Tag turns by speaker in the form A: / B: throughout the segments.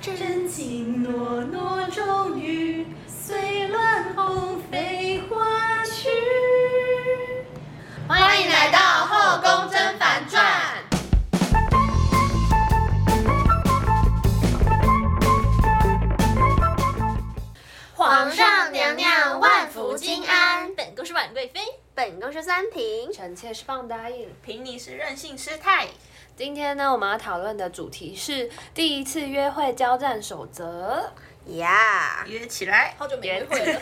A: 真情诺诺终于随乱红飞花去。
B: 欢迎来到《后宫甄嬛传》。皇上娘娘万福金安。
A: 本宫是婉贵妃，
C: 本宫是三平，
D: 臣妾是棒答应。
B: 凭你是任性失态。
D: 今天呢，我们要讨论的主题是第一次约会交战守则。
C: 呀、
B: 约起来，
A: 哎好久没约会 了，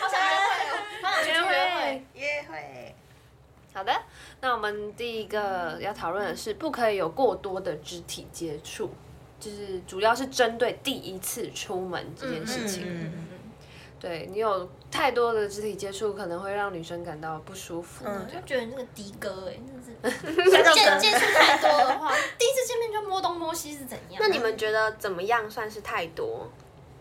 A: 好想约会哦，好想去约会。
B: 约会。
D: 好的，那我们第一个要讨论的是，不可以有过多的肢体接触，就是主要是针对第一次出门这件事情。
B: 嗯嗯
D: 对你有太多的肢体接触，可能会让女生感到不舒服。
A: 嗯我
B: 嗯
A: 就觉得你这个的哥哎、真
B: 小
A: 的
B: 肉
A: 是见
B: 梗
A: 接触太多的话，第一次见面就摸东摸西是怎样？啊
C: 那你们觉得怎么样算是太多？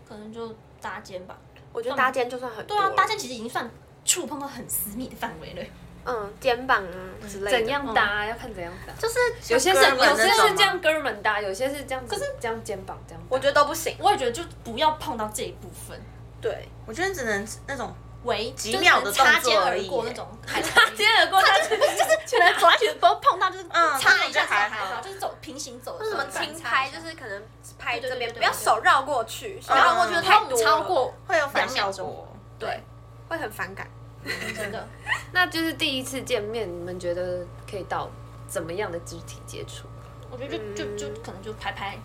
A: 可能就搭肩吧？
C: 我觉得搭肩就算很多
A: 对
C: 了，
A: 啊，搭肩其实已经算触碰到很私密的范围了。
C: 嗯，肩膀啊之类的。
D: 怎样搭、要看怎样搭。
C: 就是
D: 有些是
B: 嗯像哥们
D: 有
B: 那
D: 些是
B: 种
D: 这样哥们搭，有些是这样子，可是这样肩膀这样搭。
C: 我觉得都不行。
A: 我也觉得就不要碰到这一部分，
C: 对，
B: 我觉得只能那种
A: 为
B: 几秒的
A: 就是擦
B: 动作
A: 肩
B: 而
A: 而
B: 已
A: 过
B: 耶
A: 那种，还擦
D: 接着过他
A: 可
D: 去
A: 能走下去不要碰到，就是
B: 嗯
A: 擦
B: 这样
A: 一下
B: 就还
A: 还
B: 好
A: 好，就是走平行走的
C: 那
A: 时
C: 什
A: 候。
C: 么
A: 这样
C: 轻
A: 擦
C: 拍，
A: 一下
C: 就是可能拍这
A: 对
C: 边，
A: 对对对
C: 不要手绕过去，手绕过去就
A: 然
C: 太
A: 后我
C: 多
A: 们
C: 了
A: 超，过
B: 会有反
A: 两
B: 效
A: 秒
B: 果。
C: 对，会很反感。
A: 真的，
D: 那就是第一次见面，你们觉得可以到怎么样的肢体接触？
A: 我觉得就就就可能就拍拍，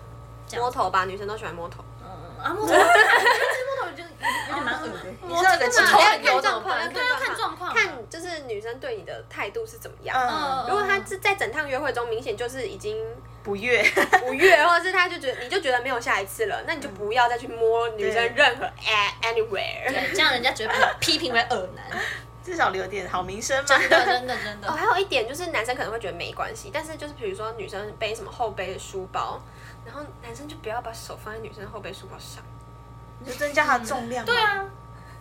A: 这样
C: 摸头吧，女生都喜欢摸头。
A: 嗯啊摸头，摸头哦就有点蛮恶的，
B: 你是有个
D: 头
B: 头，
D: 很油怎么
C: 要
D: 办？
A: 哦对要看状况
C: 看就是女生对你的态度是怎么样。
B: 嗯，
C: 如果她是在整趟约会中，明显就是已经
B: 不悦。
C: 不悦，或者是她就觉得你就觉得没有下一次了，那你就不要再去摸女
B: 对
C: 生任何 a- anywhere。
A: 对这样人家觉得把你批评为恶男，
B: 至少留点好名声嘛。
A: 真的真的真
C: 哦，
A: 的，
C: 还有一点就是男生可能会觉得没关系，但是就是比如说女生背什么后背的书包，然后男生就不要把手放在女生后背书包上。
B: 就增加它的重量。
A: 对，啊，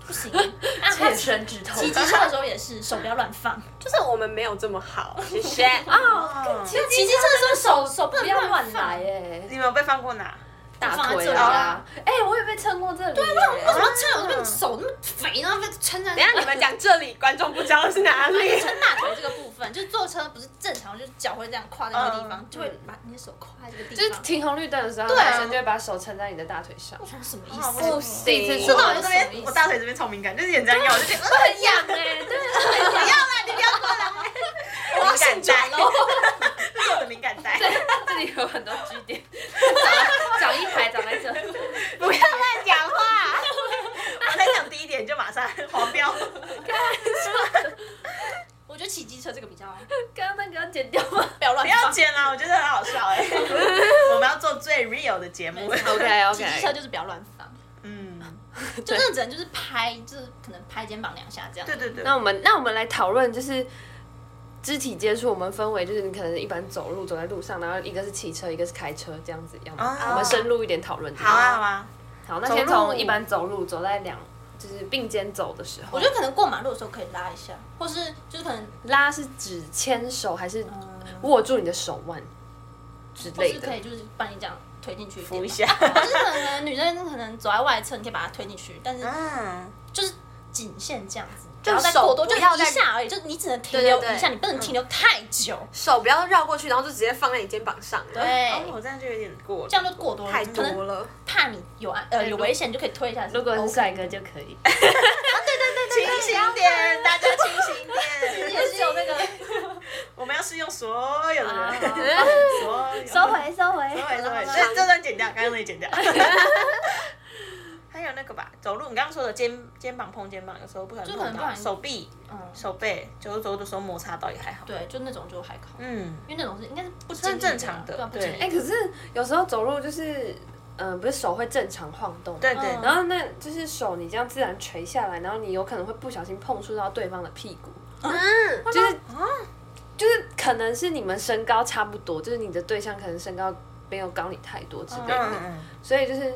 A: 不 行，啊
D: 切身之痛
A: 骑机车的时候也是手不要乱放，
C: 就是我们没有这么好，谢谢。
A: 啊
B: 哦，
A: 就骑机车的时候手手不
D: 不
A: 能
D: 要
A: 乱
D: 乱
A: 放
D: 来。哎，
B: 你们有被放过哪？
D: 大
A: 放在
D: 腿
A: 这里
D: 啊
A: 啊！
D: 哎，我也被撑过这里。对，
A: 为什么这样？我这边手那么肥，然后被撑在那
C: 等一下你们讲这里，观众不知道是哪里。
A: 撑大腿这个部分，就是坐车不是正常，就是脚会这样跨在那个地方，就会把你的手跨在这个
D: 就
A: 地
D: 是
A: 方。
D: 停红绿灯的时候，
A: 对啊
D: 男生就会把手撑在你的大腿上
A: 我，想什么意
B: 啊
A: 思？
B: 我
C: 不
B: 行
D: 第一次
C: 行
D: 出门
A: 到
B: 我
A: 底
B: 这
A: 是什么意
B: 边
A: 思
B: 我大腿这边超敏感，就是眼睛样，我就觉得呃
D: 很痒哎，对，
B: 不要啦，你不要过来，我要性转喽， 这是我的敏感带。
D: 这里有很多据 点，长一排长在这。
B: 不要乱讲话。 我在讲第一点就马上黄标，
A: 我觉得骑机车这个比较
D: 刚刚那个要剪掉吗
A: 不要乱
B: 不要剪啦，我觉得很好笑哎。我们要做最 real 的节目。
D: ？OK
A: 骑机车就是不要乱放，
B: 嗯，
A: 就真的只能就是拍，就是可能拍肩膀两下这样。
B: 对对对。
D: 那我们那我们来讨论，就是肢体接触，我们分为就是你可能一般走路走在路上，然后一个是骑车，一个是开车，这样子一样吗？
B: 哦
D: 我们深入一点讨论。
B: 好啊好啊，
D: 好，那
B: 走
D: 先
B: 路
D: 从一般走路走在两就是并肩走的时候，
A: 我觉得可能过马路的时候可以拉一下，或是就是可能
D: 拉是指牵手还是
A: 嗯，
D: 握住你的手腕之
A: 或
D: 类
A: 是
D: 的
A: 可？以就是把你这样推进去一
B: 扶
A: 点
B: 一
A: 吧。
B: 下。
A: 可是可能女生可能走在外侧，你可以把她推进去，但是
B: 嗯，
A: 就是仅限这样子，
C: 就
A: 然后再
C: 手
A: 过多，
C: 不
A: 就是
C: 要
A: 一
C: 再
A: 下而已，就是你只能停留
C: 对对对
A: 一下，你不能停留太久，
C: 手不要绕过去，然后就直接放在你肩膀上。
A: 对
B: 哦，我这样就有点过
A: 这。样就过多了，
C: 太
A: 可
C: 多
A: 能
C: 了，
A: 怕你有安呃有危险，你就可以推一下。
D: 如果是帅
A: OK
D: 哥就可以。
B: 清醒点，大家清醒点。
A: 也是有那个
B: 我们要试用所有的人，
D: 啊
B: 所有
D: 收回收回
B: 收回收回，这这段剪掉，刚刚那里剪掉。还有那个吧，走路，你刚刚说的肩肩膀碰肩膀，有时候不小心
A: 就可能
B: 碰
A: 不
B: 到
A: 然
B: 手臂、
A: 嗯，
B: 手背，走路走路的时候摩擦到也还好。
A: 对，就那种就还好，
B: 嗯，
A: 因为那种是应该是不
B: 算
A: 经意
B: 正常的
A: 的啊，不
B: 对
A: 经意
D: 哎、可是有时候走路就是，嗯、不是手会正常晃动吗？
B: 对对
A: 嗯
D: 然后那就是手你这样自然垂下来，然后你有可能会不小心碰触到对方的屁股，
C: 嗯，
D: 就是就是可能是你们身高差不多，就是你的对象可能身高没有高你太多之类
B: 嗯
D: 的，
B: 嗯
D: 所以就是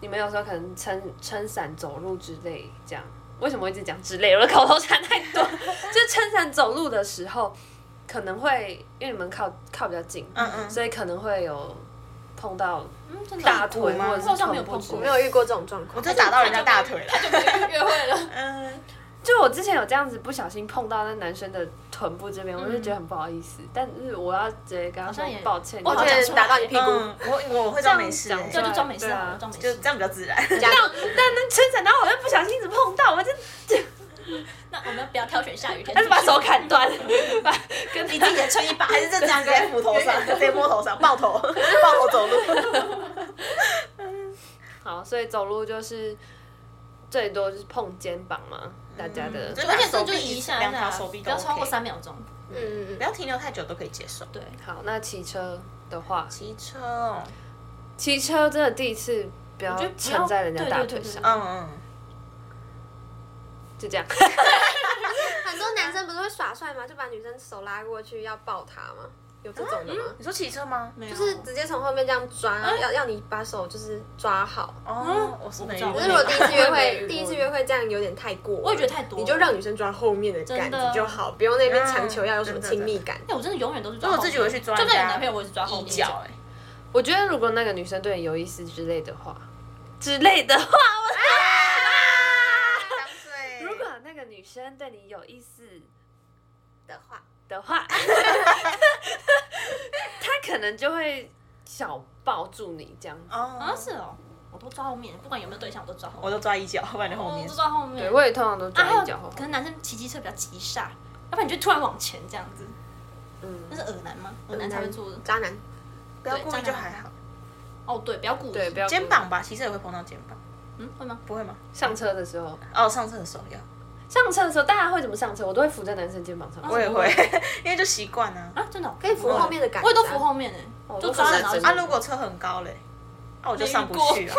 D: 你们有时候可能撑撑伞走路之类这样。为什么我一直讲之类？我的口头禅太多。 就是撑伞走路的时候，可能会因为你们靠靠比较近，
B: 嗯嗯嗯，
D: 所以可能会有碰到
A: 嗯，真的
D: 大腿
B: 屁股吗
D: 或者是
A: 我好像没有
D: 臀部
A: 碰过
D: 之类
C: 我
D: 的
C: 没有遇过这种状况。
B: 我真打到人家大腿了。
A: 约会 了，
B: 嗯，
D: 就我之前有这样子不小心碰到那男生的臀部这边，我就觉得很不好意思，但是我要直接跟他
A: 嗯好
D: 说
A: 像也
D: 抱歉。
A: 我
C: 我
A: 好
C: 之
A: 像
C: 前打到你屁股，
B: 嗯我我会装没事
D: 这样
B: 欸，
D: 讲
A: 这
B: 就
A: 样就装没事
D: 对啊
A: 啊，装没
B: 就
A: 事
B: 这。 样比较自 然。
C: 这样
D: 但那撑伞，然后我又不小心一直碰到，我就
A: 那我们不要挑选下 雨天，
D: 但是把手砍断， 把跟
B: 你自己撑 一把，还是这样直接斧头上，直接摸头 上，抱头，抱头走路。
D: 好，所以走路就是最多就是碰肩膀
A: 嗯
D: 嘛，大家的
B: 就
A: 而且这
B: 手
A: 就一
B: 臂
A: 下
B: 两
A: 下
B: 条手臂，都
A: 不要超过
B: OK
A: 三秒钟。
C: 嗯嗯
B: 不
C: 嗯，
B: 要停留太久都可以接受。
A: 对，
D: 好。那骑车的话，
B: 骑车哦，
D: 骑车真的第一次不要
A: 我觉得不要
D: 撑在人家大
A: 对对
D: 腿
A: 对对
D: 上，
B: 嗯嗯，
D: 就这样。
C: 很多男生不是会耍帅吗？就把女生手拉过去要抱她吗？有这种的
A: 啊嗯
C: 吗？
B: 你说骑车吗？
A: 没有
C: 就是直接从后面这样抓，
A: 啊
C: 要要你把手就是抓好。
B: 哦，我是没遇
A: 我
B: 过
A: 不
C: 可
A: 知
C: 是
A: 道
C: 我第一次约
D: 我也没遇
C: 会
D: 过，
C: 第一次约会这样有点太过了，
A: 我也觉得太多了
C: 你就让女生抓后面的
A: 真
C: 杆
A: 的
C: 子就好，不用那边强求要有什么亲密感。
A: 哎，我真的永远都是抓
B: 我
A: 后面，
B: 自己会去抓
A: 就算有
B: 人家
A: 男朋友，我也是抓后
B: 一
A: 面
B: 脚哎，
D: 我觉得如果那个女生对你有意思之类的话，之类的话，
B: 张嘴
D: 如果那个女生对你有意思
C: 的话，
D: 的话， 她可能就会小抱住你这样子。
A: 啊，
B: 哦，
A: 是哦，我都抓后面，不管有没有对象，我都抓后面。哦
B: 我都抓一脚，不然就后
A: 我
B: 面
A: 都。抓后
D: 对，
A: 面。
D: 我也通常都
A: 啊，还
D: 抓一脚
A: 有
D: 后
A: 可。能男生骑机车比较急刹，要不然你就突然往前这样子，
D: 嗯，
A: 那是耳男吗？耳男才会做的。
C: 渣男，
B: 不要故意就还好，
A: 哦，对，不要顾
D: 对，不要
B: 肩膀吧，骑车也会碰到肩膀，
A: 嗯，会吗？
B: 不会吗？
D: 上车的时候，
B: 哦，上厕所要，
D: 上车的时候大家会怎么上车？我都会扶在男生肩膀上。
B: 我也会， 因为就习惯啊。
A: 啊，真的哦
C: 可以扶后面的杆。
A: 我也都扶。后面哎，
D: 哦
A: 就
D: 都
A: 抓
D: 扶
A: 着
D: 在
A: 然后
D: 身
A: 就
B: 啊，如果车很高嘞，啊我就上不去啊。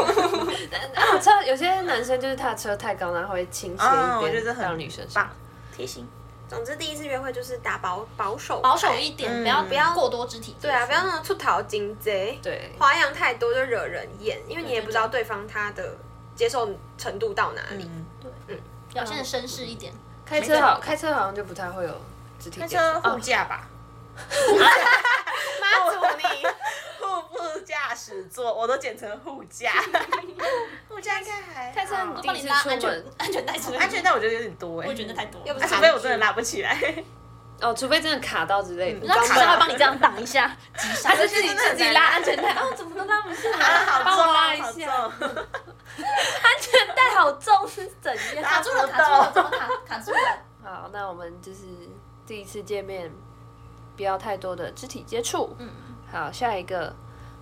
D: 啊，车有些男生就是他的车太高，然后会倾 斜
B: 啊，
D: 一
B: 我觉得
D: 边
B: 这很
D: 让女生上。
B: 棒，贴心。
C: 总之，第一次约会就是打保保 守
A: 保守一
B: 嗯
A: 点，不要
B: 不
C: 要
A: 过多肢体接触。
C: 对啊，不要那种出逃金贼，
D: 对，
C: 花样太多就惹人厌，因为你也不知道对方他的接受程度到哪里。
B: 嗯，
A: 表现的绅士一点。
D: 开车好，开车好像就不太会有肢体
B: 开
D: 接触。哦
B: 车护驾吧，
C: 妈祖你，
B: 护步驾驶座我都简称护驾，护驾应该还好
D: 开车
A: 我
D: 你
A: 啊帮
D: 第
A: 你
D: 一次
A: 拉安
D: 出
A: 全
D: 门
A: 安全带之类的，
B: 安全带我觉得有点多哎，
A: 我也觉得太多了。
C: 又不
B: 啊
C: 是
B: 除非我真的拉不起来，
D: 哦，除非真的卡到之类的
B: 嗯。
A: 然后卡车
B: 钢
A: 会
B: 板
A: 帮你这样挡一下，急刹。
D: 还是自己
B: 真的很
D: 自己
B: 难
D: 拉安全带，啊，
A: 哦
D: 怎么都拉不下来，
B: 好
D: 帮我
B: 重
D: 拉
B: 啊，
D: 一
B: 好
D: 下，
B: 重，
D: 安全带好重是怎样？
A: 卡住了，卡住了，怎么卡？卡住了。
D: 好，那我们就是第一次见面，不要太多的肢体接触。
A: 嗯，
D: 好，下一个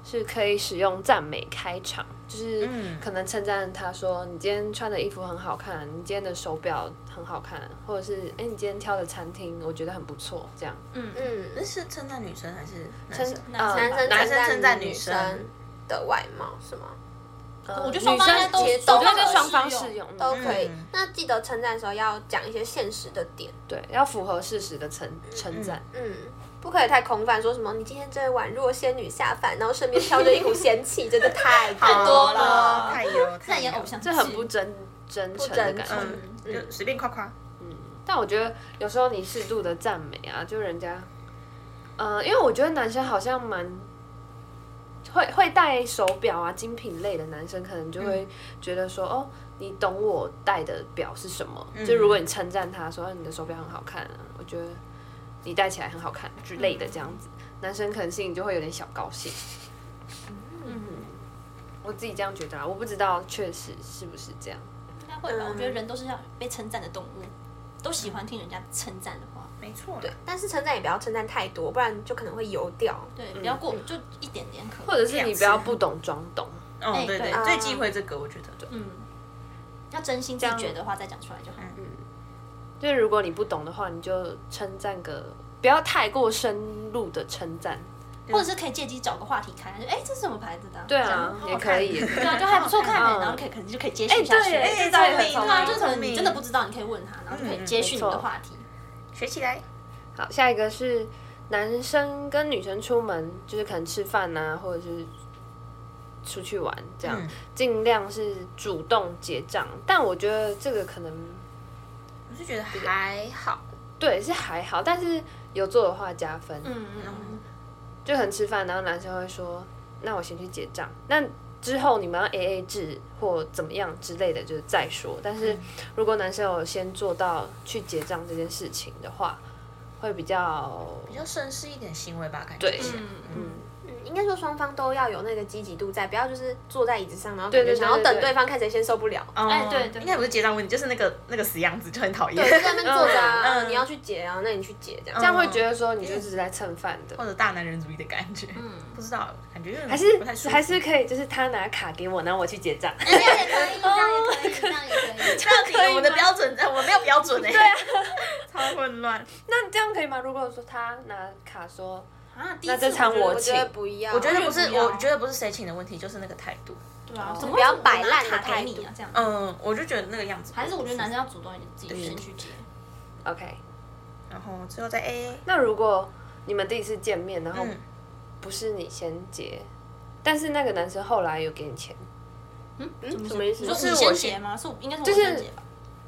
D: 是可以使用赞美开场，就是
B: 嗯
D: 可能称赞他说你今天穿的衣服很好看，你今天的手表很好看，或者是哎、你今天挑的餐厅我觉得很不错，这样。
A: 嗯，
C: 嗯，
B: 那是称赞女生还是男
D: 称
B: 生？
D: 呃
C: 男生
B: 男生称赞
C: 女
B: 女生
C: 生的外貌是吗？
D: 呃
A: 我觉得
D: 女
A: 双方应该
D: 生
A: 都
D: 其实
A: 都
D: 我觉得
A: 都
D: 就双方
A: 适用
D: 适用
C: 都可以
B: 嗯。
C: 那记得称赞的时候要讲一些现实的点，
D: 对，要符合事实的称称赞。
C: 嗯，不可以太空泛，说什么你今天真的宛若仙女下凡，然后身边飘着一股仙气，真的太多
B: 好
A: 多了
B: 太油，
A: 在
B: 太油
A: 演偶像剧，
D: 这很不真真诚的感觉。
C: 不真诚
B: 嗯，就随便夸夸，
D: 但我觉得有时候你适度的赞美啊，就人家，呃，因为我觉得男生好像蛮会会戴手表啊、精品类的男生，可能就会觉得说，哦，你懂我戴的表是什么？就如果你称赞他说、啊你的手表很好看啊，我觉得你戴起来很好看之类的这样子，男生可能心里就会有点小高兴。嗯，我自己这样觉得啊啦，我不知道确实是不是这样。
A: 应该会吧？我觉得人都是要被称赞的动物，都喜欢听人家称赞的话。
B: 没错啦，
C: 对，但是称赞也不要称赞太多，不然就可能会油掉。
A: 对，不要过，就一点点可以。
D: 或者是你不要不懂装懂。
B: 哦
A: 哎
B: 对
A: 对
B: 对，最忌讳这个，我觉得对，
A: 嗯，要真心自己觉得话再讲出来就好。
D: 就是如果你不懂的话，你就称赞个，不要太过深入的称赞。
A: 或者是可以借机找个话题开，就哎、这是什么牌子的、啊？
D: 对
A: 这样
D: 啊，也可以，也可
A: 对
D: 以
A: 啊，就还不错看、欸，
D: 嗯
A: 然后可以可能就可以接续下
D: 哎
A: 去。
D: 对
A: 哎
D: 哎
B: 哎
D: 这招也
B: 聪明
D: 很
A: 对啊，
D: 聪
A: 就是可能你真的不
B: 聪
A: 知道，你可以问他，然后就可以接续你的话题。
B: 明学起来，
D: 好，下一个是男生跟女生出门，就是可能吃饭呐、或者是出去玩这样
B: 嗯，
D: 尽、量是主动结账。但我觉得这个可能
B: 我是觉得还好，
D: 对是还好，但是有做的话加分。
A: 嗯嗯嗯，
D: 就很吃饭，然后男生会说：“那我先去结账。那之后你们要 A A 制或怎么样之类的，就是再说。但是
B: 嗯
D: 如果男生有先做到去结账这件事情的话，会比较
B: 比较绅士一点行为吧，感觉
D: 对
B: 是
D: 嗯
C: 嗯，应该说双方都要有那个积极度在，不要就是坐在椅子上，然后
D: 对
C: 感
D: 对对
C: 觉想要
D: 对
C: 等
D: 对
C: 对方看谁先受不了。
B: 哦
A: 哎对对
B: 应该不是结账问题，就是那个那个死样子就很讨厌
C: 对，，就在那边坐着啊，
B: 嗯
C: 你要去结啊，那你去结这样。
D: 这样会觉得说你就只是在蹭饭的
B: 或。者大男人主义的感觉，
A: 嗯
B: 不知道，感觉有点
D: 还
B: 不太舒服
D: 是还是可以，就是他拿卡给我，然后我去结 账。
A: 这样也可以，这样也可以，这样也可以。
B: 到底我们的标准，呃我没有标准哎、对啊， 超混乱。
D: 那这样可以吗？如果说他拿卡说，
A: 啊，第一
D: 那
A: 次
D: 这场
C: 我
D: 我
C: 觉
D: 请，
C: 得不一样，
B: 我觉得不是，
A: 不要
B: 我觉得不是谁请的问题，就是那个态度。
A: 对啊，
D: 哦
A: 怎么
C: 不要摆烂
A: 卡
C: 的
A: 给
C: 态
A: 你
C: 度
A: 啊？这样，
B: 嗯，我就觉得那个样子不舒服。
A: 还是我觉得男生要主动一点，自己
B: 对
A: 先去接。
D: OK。
B: 然后最后再 A，
D: 那如果你们第一次见面，然后
B: 嗯，
D: 不是你先结，但是那个男生后来有给你钱，
A: 嗯
C: 什么意思
A: 你
B: 就
A: 说
B: 是
A: 你
B: 我
A: 先
B: 先
A: 结吗？是我应该是我
D: 就是
A: 先结吧？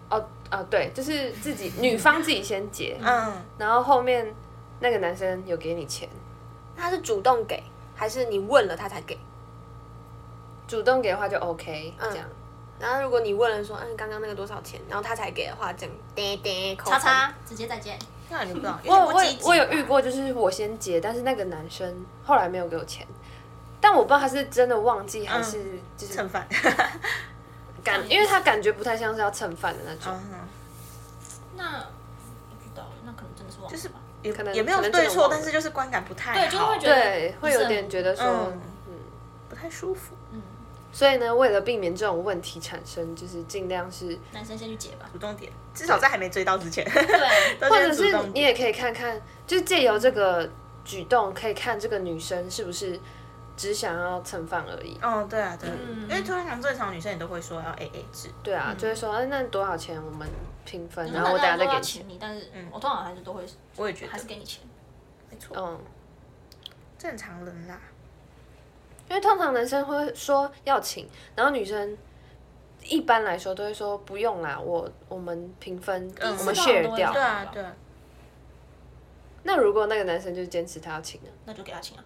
D: 哦啊，对，就是自己女方自己先结，
B: 嗯，
D: 然后后面那个男生有给你钱，
C: 他是主动给，还是你问了他才给？
D: 主动给的话就 OK，、
C: 嗯
D: 这样。
C: 然后如果你问了说，嗯，刚刚那个多少钱，然后他才给的话，这样，叮叮，扣
A: 叉
C: 分
A: 叉，直接再见。
B: 那感觉不知道，有点
D: 我有
B: 不
D: 我
B: 积
D: 有
B: 极
D: 我有遇过，就是我先结，但是那个男生后来没有给我钱，但我不知道他是真的忘记还是就是
B: 嗯蹭 饭。
D: 感，因为他感觉不太像是要蹭饭的那种。
B: 嗯，
A: 那不知道，那可能真的是忘了
B: 就是
A: 吧。
B: 也
D: 可能
B: 也没有
D: 可能
B: 对
D: 真的
B: 错，
D: 忘了
B: 但是就是观感不太好，
A: 对就会觉得
D: 对，会有点觉得说，
B: 嗯
D: 嗯，
B: 不太舒服。
A: 嗯，
D: 所以呢，为了避免这种问题产生，就是尽量是，
A: 男生先去结吧。
B: 主动点，至少在还没追到之前，
A: 对，啊
B: 都
D: 或
B: 先
D: 者
B: 主
D: 是
B: 动
D: 你
B: 点。
D: 也可以看看，就是借由这个举动，可以看这个女生是不是只想要蹭饭而已。
B: 哦，对啊，对啊，
A: 嗯
B: 因为通常正常女生也都会说要 A A 制，
D: 对啊，就会说，哎，那多少钱我们平分，
B: 嗯
D: 然
A: 那
D: 后我等下再给
A: 要
D: 你钱。
A: 请你，但是我通常还是都会，
B: 我也觉
A: 还
B: 得
A: 是给你钱。
B: 没错，
D: 嗯，
B: 正常人啦。
D: 因为通常男生会说要请，然后女生一般来说都会说不用啦，我我们平分，
B: 嗯
D: 我
A: 通
D: 们
A: 常都
D: share
A: 会
D: 掉
A: 这
B: 对。
A: 样
B: 啊，对啊，
D: 那如果那个男生就是坚持他要请呢，
A: 那就给他请啊。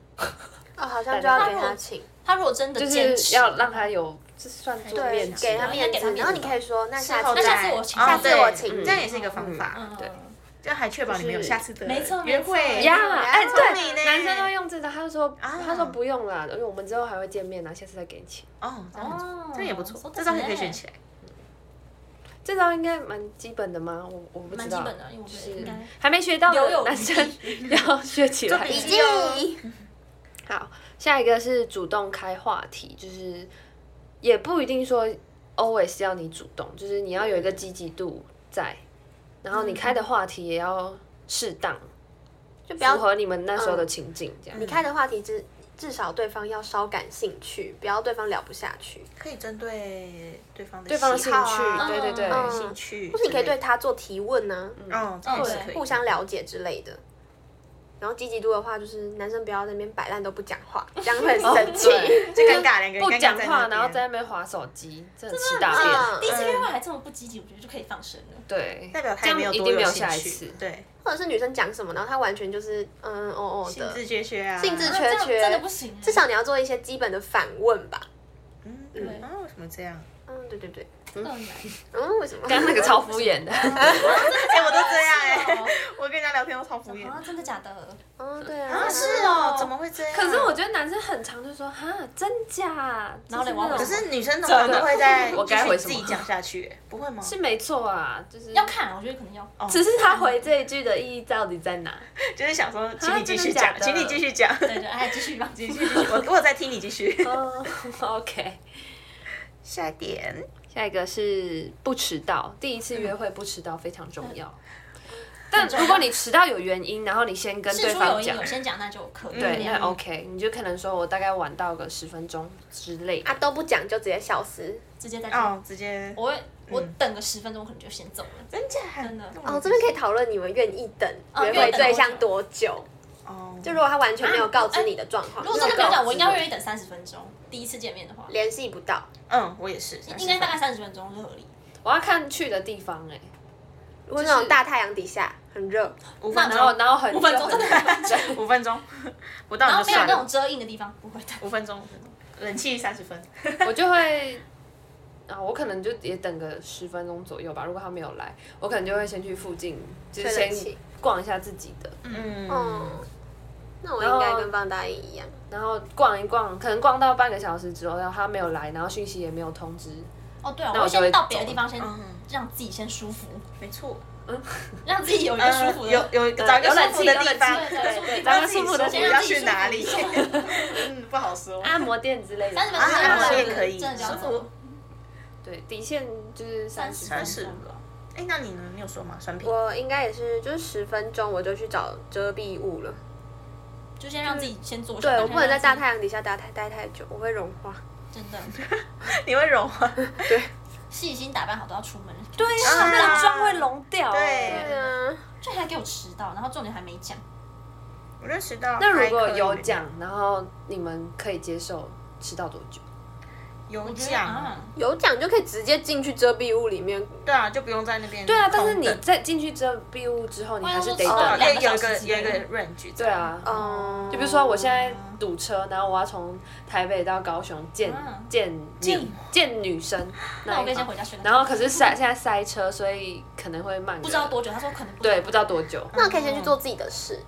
C: 哦，好像就要给他请，
A: 他如果真的
D: 就
A: 坚
D: 是
A: 持，
D: 要让他有，这算做
B: 对
D: 面子吗，
C: 给他面
A: 给他
C: 子，
A: 面子
C: 然后你可以说，那下
B: 后
C: 次
A: 那下
B: 再
A: 次我请
B: 哦
A: 下次
B: 对
C: 我请
B: 这样也是一个方法，
A: 嗯，
D: 对
B: 这样还确保你们有下次的
A: 没错
B: 约
A: 没
B: 会啊
A: 错
D: 呀，
A: 嗯
D: 哎，
B: 聪明呢
D: 对，男生都用这招，他就说，
B: 啊
D: 他说不用啦，因为我们之后还会见面啊，下次再给你钱。
B: 哦，这样很
A: 哦
B: 这样也不
A: 说
B: 错，
A: 得
B: 这招也
A: 准
B: 可以
A: 欸
B: 选起来。
D: 这招应该蛮基本的吗？我我不
A: 蛮
D: 知
A: 基
D: 道，
A: 本的，因为我觉得应该
D: 还没学到
A: 留有
D: 的
A: 余
D: 男生 要学起来
B: 做。笔
C: 笔
B: 记
C: 记，
D: 好，下一个是主动开话题，就是也不一定说 always 要你主动，就是你要有一个积极度在，然后你开的话题也要适当，
C: 就不
D: 符
C: 要
D: 合你们那时候的情境这样
C: 你。开的话题至至少对方要稍感兴趣，不要对方聊不下去，
B: 可以针对对方的
D: 对方的兴
B: 喜好啊
D: 趣，对对对，
C: 嗯
B: 兴趣，
C: 或是你可以对，他做提问呢、
B: 嗯，这也是可以，
C: 互相了解之类的。然后积极度的话，就是男生不要在那边摆烂都不讲话，这样
A: 哦
C: 会很生气。
B: 对，就尴尬两个人
D: 不
B: 尴尬
D: 讲
B: 在
D: 话，
B: 那
D: 然后
B: 边
D: 在那边划手机，真的啊吃大便。
C: 嗯
A: 第一次约会还这么不积极，我觉得就可以放生了。
D: 对，
B: 代表他
D: 这
B: 也
D: 样
B: 没有
D: 一
B: 多
D: 定没有
B: 兴
D: 下一
B: 趣
D: 次。
B: 对，
C: 或者是女生讲什么，然后他完全就是嗯哦哦
B: 兴
C: 的
B: 致，缺缺啊，
C: 兴致
A: 那
C: 缺
A: 这样真的不行欸，
C: 至少你要做一些基本的反问吧。
B: 嗯，
A: 对
B: 嗯啊，为什么这样？
C: 嗯，对对对，
A: 这很难。
C: 嗯，为什么？
D: 刚刚那个超敷衍 的，
B: 哎，我都这样哎，
A: 哦
B: 我跟人家聊天都超敷衍
A: 啊，真的假的？
C: 嗯，对啊，
B: 是哦，怎么会这样？
D: 可是我觉得男生很常就说哈真 假，
A: 然后嘞
D: 就是
A: 我要
D: 那种
B: 可是女生通常都会在
D: 我该回什
B: 自
D: 么
B: 己讲下去，哎不会吗？
D: 是没错啊，就是
A: 要看，我觉得可能要。
D: 只是他回这一句的意义到底在 哪？
B: 就是想说，请你继续
D: 真的假
B: 讲，
D: 的
B: 请你继续讲，
A: 对对，哎，继续吧，继
B: 继续继续， 我我有在听你继续。
D: 哦、o k
B: 下一点，
D: 下一个是不迟到，第一次约会不迟到非常重要。嗯但如果你迟到有原因，然后你先跟对
A: 事出有
D: 方
A: 因，
D: 讲
A: 有，先讲那就可以。
D: 对，那哦
A: 嗯
D: OK，你就可能说我大概晚到个十分钟之类的
C: 啊，都不讲就直接消失。
D: 嗯
A: 直接再见。
B: 哦，直接，
A: 我会，我等个十分钟，我可能就先走了。
B: 真假？
A: 真的
C: 哦，这边可以讨论你们愿意等
A: 哦
C: 约
A: 愿
C: 会
A: 意等
C: 对象多久？
B: 哦，
C: 就如果他完全没有告知你的状况，
A: 如果
C: 就
A: 真的
C: 是
A: 没有
C: 告
A: 讲，
C: 知
A: 我应该会愿意等三十分钟。第一次见面的话，
C: 联系不到，
B: 嗯，我也是，
A: 应该大概三十分钟是合理。
D: 我要看去的地方哎、
C: 如果那
D: 就
C: 种
D: 是
C: 大太阳底下很热，
B: 五
D: 那
B: 分
D: 然
B: 钟，
D: 后哦然后很
B: 五分钟真的很慢，五分钟 不
A: 然
B: 到
A: 后
B: 你就
A: 没有
B: 算
A: 那
B: 了
A: 种，遮阴的地方，不会的。
B: 五分钟，五分钟冷气三十分，
D: 我就会啊，我可能就也等个十分钟左右吧。如果他没有来，我可能就会先去附近，就是
C: 吹冷
D: 先
C: 气
D: 逛一下自己的，
B: 嗯
C: 嗯，那我应该跟棒大一一样，
D: 然后逛一逛，可能逛到半个小时之后，然后他没有来，然后讯息也没有通知，
A: 哦，对啊，
D: 那
A: 我
D: 我
A: 会
D: 就会
A: 先到别的
D: 走
A: 地方，先
B: 嗯
A: 让自己先舒服，
B: 没错，
A: 让自己有一个舒服的。
B: 呃有有找一个
D: 有
B: 舒
D: 冷
B: 服
D: 气
B: 的
D: 有
B: 地
D: 冷
B: 方，
A: 气
B: 对
A: 对
B: 对，
D: 找
B: 让
D: 个
B: 自己
D: 舒
B: 舒
D: 服的地
B: 服，
D: 方
B: 要去哪里
A: 先让自己舒？
B: 嗯，不好说。
D: 按摩店之类的
A: 三。十分
B: 啊
A: 钟
B: 按摩
A: 真的
B: 也可以
A: 真的就要
B: 舒
A: 走
B: 服
A: 了。
D: 对，底线就是三十
A: 三
B: 三
D: 分
A: 十
B: 十
A: 分
B: 五了。哎，那你呢？你有说吗？酸品？
C: 我应该也是，就是十分钟我就去找遮蔽物了。
A: 就先让自己先做。
C: 对我不能在大
A: 让
C: 太阳底下待太待太久，我会融化。
A: 自己真的
B: 你会融化？
A: 细心打扮好都要出门。对
B: 啊
D: 那个妆会融掉。
B: 对
C: 对啊，
A: 这还给我迟到，然后重点还没讲。
B: 我认识到。
D: 那如果有，奖，然后你们可以接受迟到多久？
B: 有
A: 我觉得
B: 奖
A: 啊
B: 啊，，
C: 有奖就可以直接进去遮蔽物里面。
B: 对啊，就不用在那边。
D: 对啊，但是你在进去遮蔽物之后，你还是得
A: 我
B: 哦，
A: 想
D: 等。
A: 说
B: 有
A: 两个
B: 有
A: 小
B: 一
A: 时
B: 个
A: 之
B: 有
A: 类
B: 一
A: 的
B: 个 range。
D: 对，啊，
C: 哦，
D: 就比如说我现在堵车，然后我要从台北到高雄见
A: 嗯
D: 见
A: 见
D: 女见女生，
A: 那我可以
D: 一
A: 先
D: 方
A: 回家睡个觉。
D: 然后可是塞现在塞车，所以可能会慢个，
A: 不知道多久，他说可能不
D: 对，不知道多久。
C: 那可以先去做自己的事，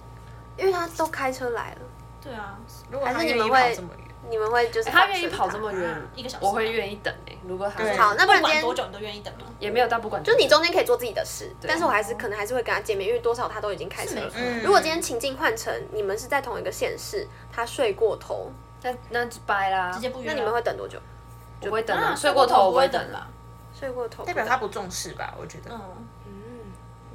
C: 因为他都开车来了，
A: 对啊，
B: 如果他
C: 还是你
B: 愿
C: 们
B: 意
C: 会
B: 跑这么远，
C: 你们会就是
D: 欸他
C: 放
D: 愿意
C: 生
D: 跑这么远
A: 嗯一个小，时
D: 我会愿意等诶。如果他
B: 对
C: 好，那不
A: 不
C: 然今
A: 管多
C: 天
A: 久你都愿意等吗？
D: 也没有到不管多
C: 就
D: 久，
C: 你中间可以做自己的事，但是我还是
A: 哦
C: 可能还是会跟他见面，因为多少他都已经开车
A: 是没
C: 了
A: 错。
B: 嗯
C: 如果今天情境换成你们是在同一个县市，他睡过头，
D: 那那就掰啦，
A: 直接不约
C: 那
A: 了。
C: 你们会等多久？
D: 我不会等
A: 啊
D: 了，睡过头我
A: 不
D: 不会
A: 会
D: 等
A: 等
D: 了
A: 啦。。
C: 睡过头
B: 代表他不重视吧？我觉得。
A: 嗯，
C: 嗯，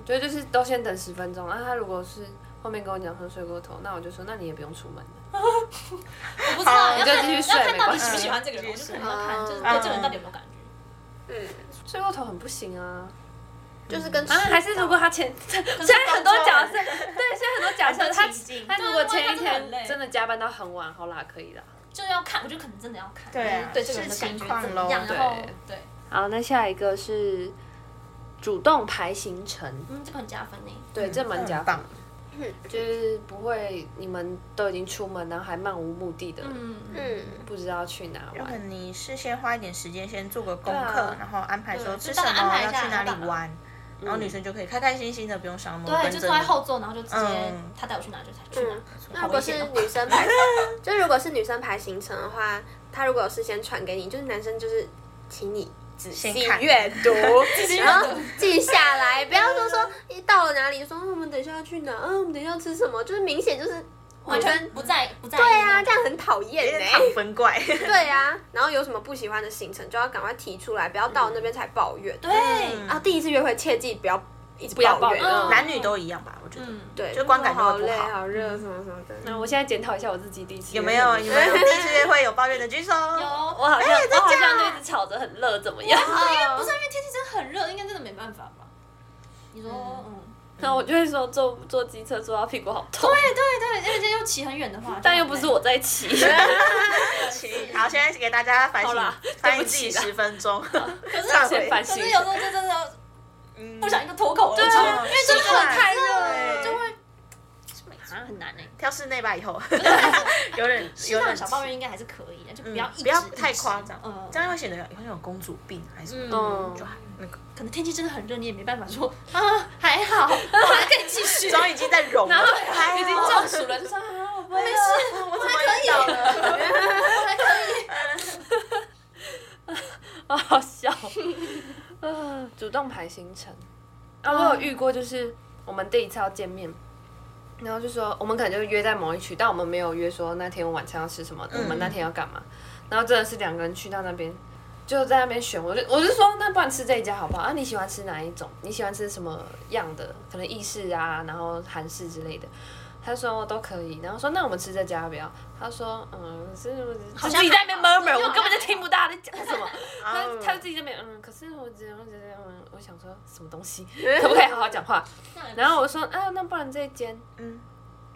D: 我觉得就是都先等十分钟啊。他如果是后面跟我讲说睡过头，那我就说那你也不用出门了。
A: 我不知
B: 好
A: 道，
B: 你
A: 要
D: 就
A: 看
D: 继续
A: 要
D: 睡
A: 看到底
D: 没
A: 喜
D: 关
A: 不
D: 系嗯
A: 喜欢这个人，我就可能要看，就是对这个人到底有没有感觉。
D: 睡过头很不行啊
C: 嗯就是跟
D: 啊！还是如果他前现在很多角色，对，现在很多角色他
B: 很多情境
D: 他如果前一
A: 对啊不然他真的很
D: 天
A: 累
D: 真的加班到很晚，好啦，可以啦。
A: 就要看，我觉得可能真的要看，
B: 对啊
A: 就是对这个人的
B: 视
A: 感
B: 情
A: 觉
B: 况
A: 怎么样，
D: 咯
A: 然后
D: 对
A: 对，
D: 好，那下一个是主动排行程，
A: 嗯，这个很加分呢。
D: 对，这蛮加
B: 很
D: 分
B: 棒。
D: 就是不会你们都已经出门，然后还漫无目的的，
A: 嗯嗯，
C: 嗯，
D: 不知道去哪
B: 有可
D: 玩。
B: 能你事先花一点时间，先做个功
D: 对
B: 课
D: 啊，
B: 然后安排说
A: 对
B: 吃
A: 就
B: 什么，
A: 大概安排一
B: 要
A: 下
B: 去哪
A: 要干
B: 里
A: 嘛
B: 玩，然后女生就可以开开心心的，不用想那么多。
A: 嗯对，就坐在后
B: 座。
A: 座，然后就直接
B: 嗯
A: 他带我去哪就去哪
C: 嗯。
A: 好
C: 那如果
A: 危
C: 是
A: 险哦
C: 女生排， 就是如果是女生排行程的话，他如果有事先传给你，就是男生就是请你仔细
B: 先看
C: 阅读，
A: 阅读
C: 然后 记下来，不要说说一到了哪里就说嗯我们等一下要去哪，啊我们等一下要吃什么，就是明显就是
A: 完
C: 女
A: 全
C: 生
A: 不在不在意。
C: 对啊，这样很讨厌
B: 有点
C: 呢。
B: 糖分 怪。
C: 对啊，然后有什么不喜欢的行程就要赶快提出来，不要到那边才抱怨。对
A: 对，
B: 哦
C: 啊，第一次约会切记不要一直
D: 不要
C: 抱怨，
D: 抱怨嗯
B: 嗯男女都一样吧，我觉得。
A: 嗯，
C: 对，
B: 就光感觉
C: 好
B: 会不
C: 累
B: 好
C: 好热什么什么的。
D: 那嗯我现在检讨一下我自己第一次
B: 有
D: 约
B: 没有
D: 会
B: 有 没有第一次约会有抱怨的举手？有
A: 有
D: 我好像、我好像就一直吵着很热怎么样？
A: 不是因为天气真的很热，应该真的没办法吧？你说，嗯，
D: 然后我就会说坐坐机车坐到屁股好痛，
A: 对对对，而且又骑很远的话，
D: 但又不是我在骑。
B: 好，现在给大家反
D: 好
B: 省
D: 啦，
B: 反省
D: 对不
B: 自
D: 起
B: 己
D: 啦
B: 十分钟，
A: 很
B: 忏
A: 累。
D: 先
B: 悔
D: 反
A: 可是
D: 省
A: 可是有时候就真的不
B: 嗯
A: 小心就脱口而出，
D: 啊
A: 因为真的很太热
B: 对
A: 了，就会
D: 啊 很难哎、
B: 挑室内吧，以后有点有
A: 适当
B: 点
A: 的小抱怨应该还是可以的，就不要一直
B: 嗯不要
A: 一直
B: 太夸张，
A: 嗯
B: 这样会显得有种公主病还是什么
D: 嗯
B: 就还那个
A: 可能天气真的很热，你也没办法说啊 还好，我还可以继续，
B: 妆已经在融了，
D: 已经中暑了，就说啊我不会。
B: 我怎么遇到了？
D: 啊，好笑。啊，主动排行程啊，我有遇过，就是我们第一次要见面，然后就说我们可能就约在某一区，但我们没有约说那天晚餐要吃什么，我们那天要干嘛。然后真的是两个人去到那边，就在那边选，我就我就说那不然吃这一家好不好啊？你喜欢吃哪一种？你喜欢吃什么样的？可能意式啊，然后韩式之类的。他说哦都可以，然后说那我们吃这家要不要？他说嗯，是我自己在那边 murmur，我根本就听不到他在讲什么。他他就自己在那边嗯，可是我只我只嗯，我想说什么东西，可不可以好好讲话？然后我说啊，那不然这一间，
B: 嗯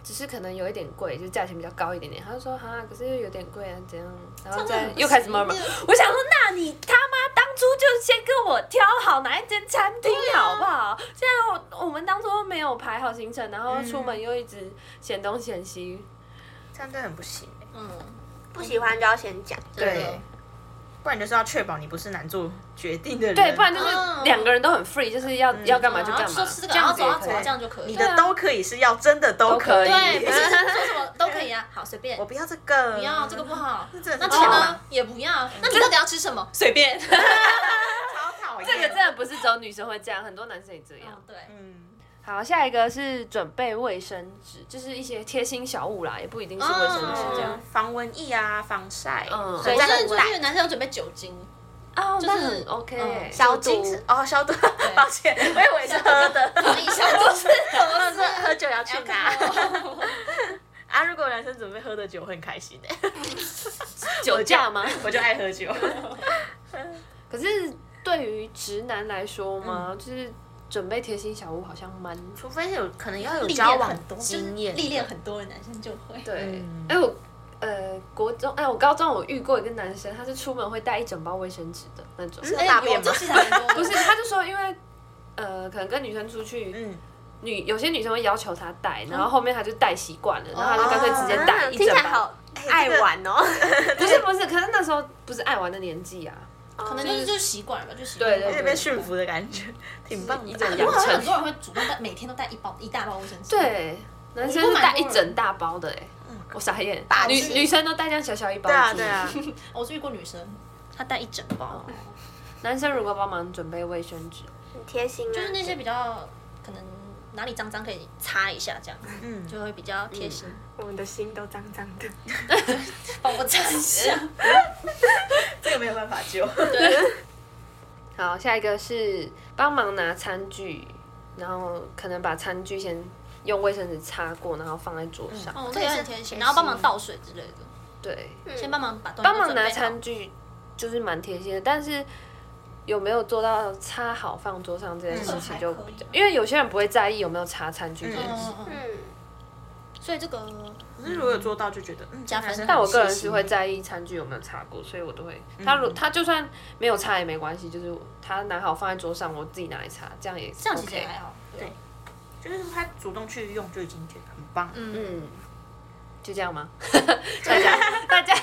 D: 只是可能有一点贵，就价钱比较高一点点。他就说啊，可是又有点贵啊，怎样？然后
A: 真的
D: 再
A: 很不
D: 又开始
A: 行
D: murmur
A: 就。
D: 我想说，那你他妈当猪就先跟我挑好哪一间餐厅
A: 啊
D: 好不好？现在我我们当初没有排好行程，然后出
A: 嗯
D: 门又一直嫌东嫌西，
B: 这样真的很不行欸、
A: 嗯，
C: 不喜欢就要先讲。
D: 嗯
A: 真的
B: 对不然就是要确保你不是难做决定的人，
D: 对，不然就是
A: 嗯
D: 两个人都很 free，就是要、要干嘛就干
A: 然后说
D: 嘛，
A: 吃这
D: 这
A: 个，然后
D: 样子
A: 走到走到
D: 也可以
A: 这。样就可以。
B: 你
A: 对
D: 对啊
B: 的都可以是要真的都可以，
D: 都可以
A: 对，不是说什么都可以啊，好随便
B: 我。不要这个，
A: 不要这个不好，
B: 这真
A: 那
B: 的
A: 钱
B: 超
A: 呢也不要，那你到底要吃什么？随便。
B: 超讨厌，
D: 这个真的不是只有女生会这样，很多男生也这样。
A: 哦对，
B: 嗯，
D: 好，下一个是准备卫生纸，就是一些贴心小物啦，也不一定是卫生纸这样
A: 哦。
B: 防蚊液啊，防晒，
D: 嗯
B: 所
A: 对，
B: 以
A: 就
B: 在
A: 是
B: 很
A: 出去男生有准备酒精，
D: 哦，
A: 就是
D: 那很 OK 欸。
A: 嗯
C: 消毒
B: 酒精是哦，消毒， 抱歉，我以为是喝的，
A: 所以小都是
B: 我是喝酒要去
A: 哎
B: 拿
A: alcohol
B: 啊。如果男生准备喝的酒，会很开心欸的，
D: 酒驾吗？
B: 我就爱喝酒。
D: 可是对于直男来
A: 嗯
D: 说嘛，就是准备贴心小物好像蛮
B: 除非有可能要有
A: 历
B: 交
A: 练
B: 往
A: 很多，
B: 经验，
A: 就是历练很多的男生就会。
D: 对
B: 嗯。
D: 哎我呃国中哎我高中我遇过一个男生，他是出门会带一整包卫生纸的那种，
B: 嗯
A: 哎
B: 大便
A: 有
B: 吗
A: 就是很多，
D: 不是他就说因为呃可能跟女生出去，
B: 嗯，
D: 女有些女生会要求他带，然后后面他就带习惯了，然后他就干脆直接带
C: 嗯
D: 一
C: 听起
D: 整
C: 来
D: 包。
C: 好
B: 嗯哎
C: 爱玩哦。
D: 不是不是，可是那时候不是爱玩的年纪啊，
A: 可能就是就是习惯吧，就习惯。
D: 对对
B: 有
D: 对
B: 点被驯服的感 觉，挺棒
D: 一
B: 的。
D: 种
A: 不
D: 养
A: 过好像
D: 成
A: 很多人会主动带，每天都带一包一大包卫生纸。，
D: 对，男生
A: 我遇过
D: 是带
A: 蛮
D: 一
A: 多人
D: 整大包的哎、我傻眼，女
A: 是
D: 女生都带这样小小一包，
B: 对啊对啊，
A: 哦我是遇过女生，她带一整包，
D: 男生如果帮忙准备卫生纸，
C: 很贴心啊，
A: 就是那些比较可能哪里脏脏可以擦一下，这样
B: 嗯，
A: 就会比较贴心。
C: 我们的心都脏脏的。
A: 嗯帮我擦一下，
B: 这个没有办法救。
D: 好，下一个是帮忙拿餐具，然后可能把餐具先用卫生纸擦过，然后放在桌上。
A: 哦，这也很贴心。然后帮忙倒水之类的，
D: 对，
A: 先帮忙把东西
D: 帮
A: 都
D: 忙
A: 准备
D: 拿
A: 好
D: 餐具就是蛮贴心的，但是有没有做到擦好放桌上这件事情就比较，因为有些人不会在意有没有擦餐具这件事。
A: 嗯嗯嗯，
C: 嗯，
A: 所以这个
B: 可是如果有做 到，就觉得 嗯
A: 加分
B: 男生很
D: 但我个人
B: 细心
D: 是会在意餐具有没有擦过，所以我都会。他如他就算没有擦也没关系，就是他拿好放在桌上，我自己拿来擦，这样也
A: 这
D: OK
A: 样其实也还好。对，
B: 就是他主动去用就已经觉得很棒。嗯，
A: 嗯，
D: 嗯，就这样 吗？大家大家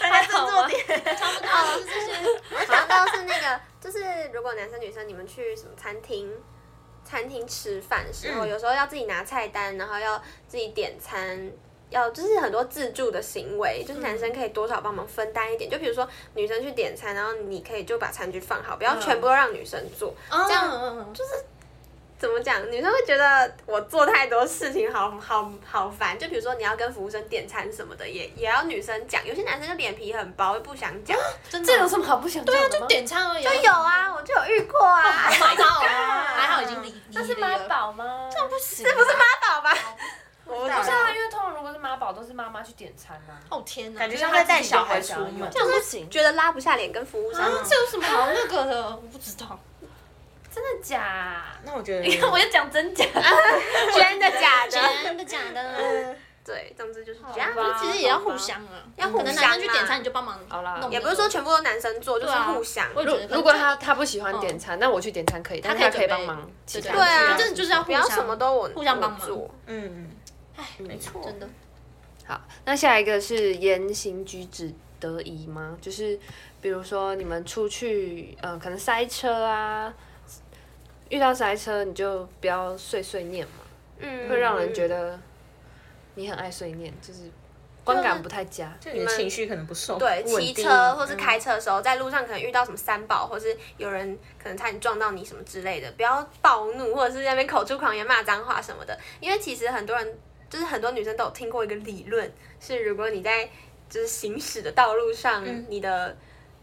B: 大家
D: 好
B: 重重
D: 吗
B: 点，
A: 差不多就是这些。
C: 我想到是那个，就是如果男生女生你们去什么餐厅，餐厅吃饭的时候，
B: 嗯
C: 有时候要自己拿菜单，然后要自己点餐。要就是很多自助的行为，就是男生可以多少帮忙分担一点。就比如说女生去点餐，然后你可以就把餐具放好，不
A: 嗯
C: 要全部都让女生做。
A: 这样哦嗯就是
C: 怎么讲？女生会觉得我做太多事情好，好好烦。就比如说你要跟服务生点餐什么的，也也要女生讲。有些男生就脸皮很薄，不想 讲。
A: 真
D: 这有什么好不想对
A: 对啊，就点餐而已啊。
C: 有啊，我就有遇过 啊。
A: 还好啊，还好已经离，
D: 那是妈宝吗？这不
A: 不行，啊这
C: 不是妈宝吧？我
B: 不
D: 是
B: 是
D: 啊，因为通常如果是妈宝，都是妈妈去点餐啊呐、
A: 哦天哪，
B: 感觉像在带小孩出门。
D: 这样不行，
C: 觉得拉不下脸跟 服务生。
A: 啊，这有什么好那个的？我不知道，
D: 真的假？
B: 那 我觉得
D: 你看，我就讲真假，
C: 真 的假的？
A: 真的假的？
C: 对，总之就是这
D: 好吧
C: 样。
A: 其实也要互相啊，
C: 要互相啊
A: 可能男生去点餐，你就帮忙弄那个。
D: 好啦
C: 也不是说全部都男生做，就是
A: 对啊
C: 互相。
A: 我也觉得
D: 如果他他不喜欢点餐，那我去点餐可以，但是他
A: 可
D: 可
A: 以
D: 以
A: 准备
D: 帮忙其他
A: 对
D: 人。
C: 对啊，
A: 真的就是要
C: 不要
A: 互相
C: 什么都我
A: 互相帮忙
C: 我做。
B: 嗯，
C: 没错，
A: 真的。
D: 好，那下一个是言行举止得宜吗？就是比如说你们出去，嗯、可能塞车啊，遇到塞车你就不要碎碎念嘛，
C: 嗯
D: 会让人觉得你很爱碎念，就是观感不太佳。
B: 就你的情绪可能不受
C: 对
B: 稳
C: 骑
B: 定嗯
C: 车
D: 嗯
C: 或是开车的时候，在路上可能遇到什么三宝，或是有人可能差点撞到你什么之类的，不要暴怒，或者是在那边口出狂言、骂脏话什么的。因为其实很多人，就是很多女生都有听过一个理论，是如果你在就是行驶的道路上，
D: 嗯
C: 你的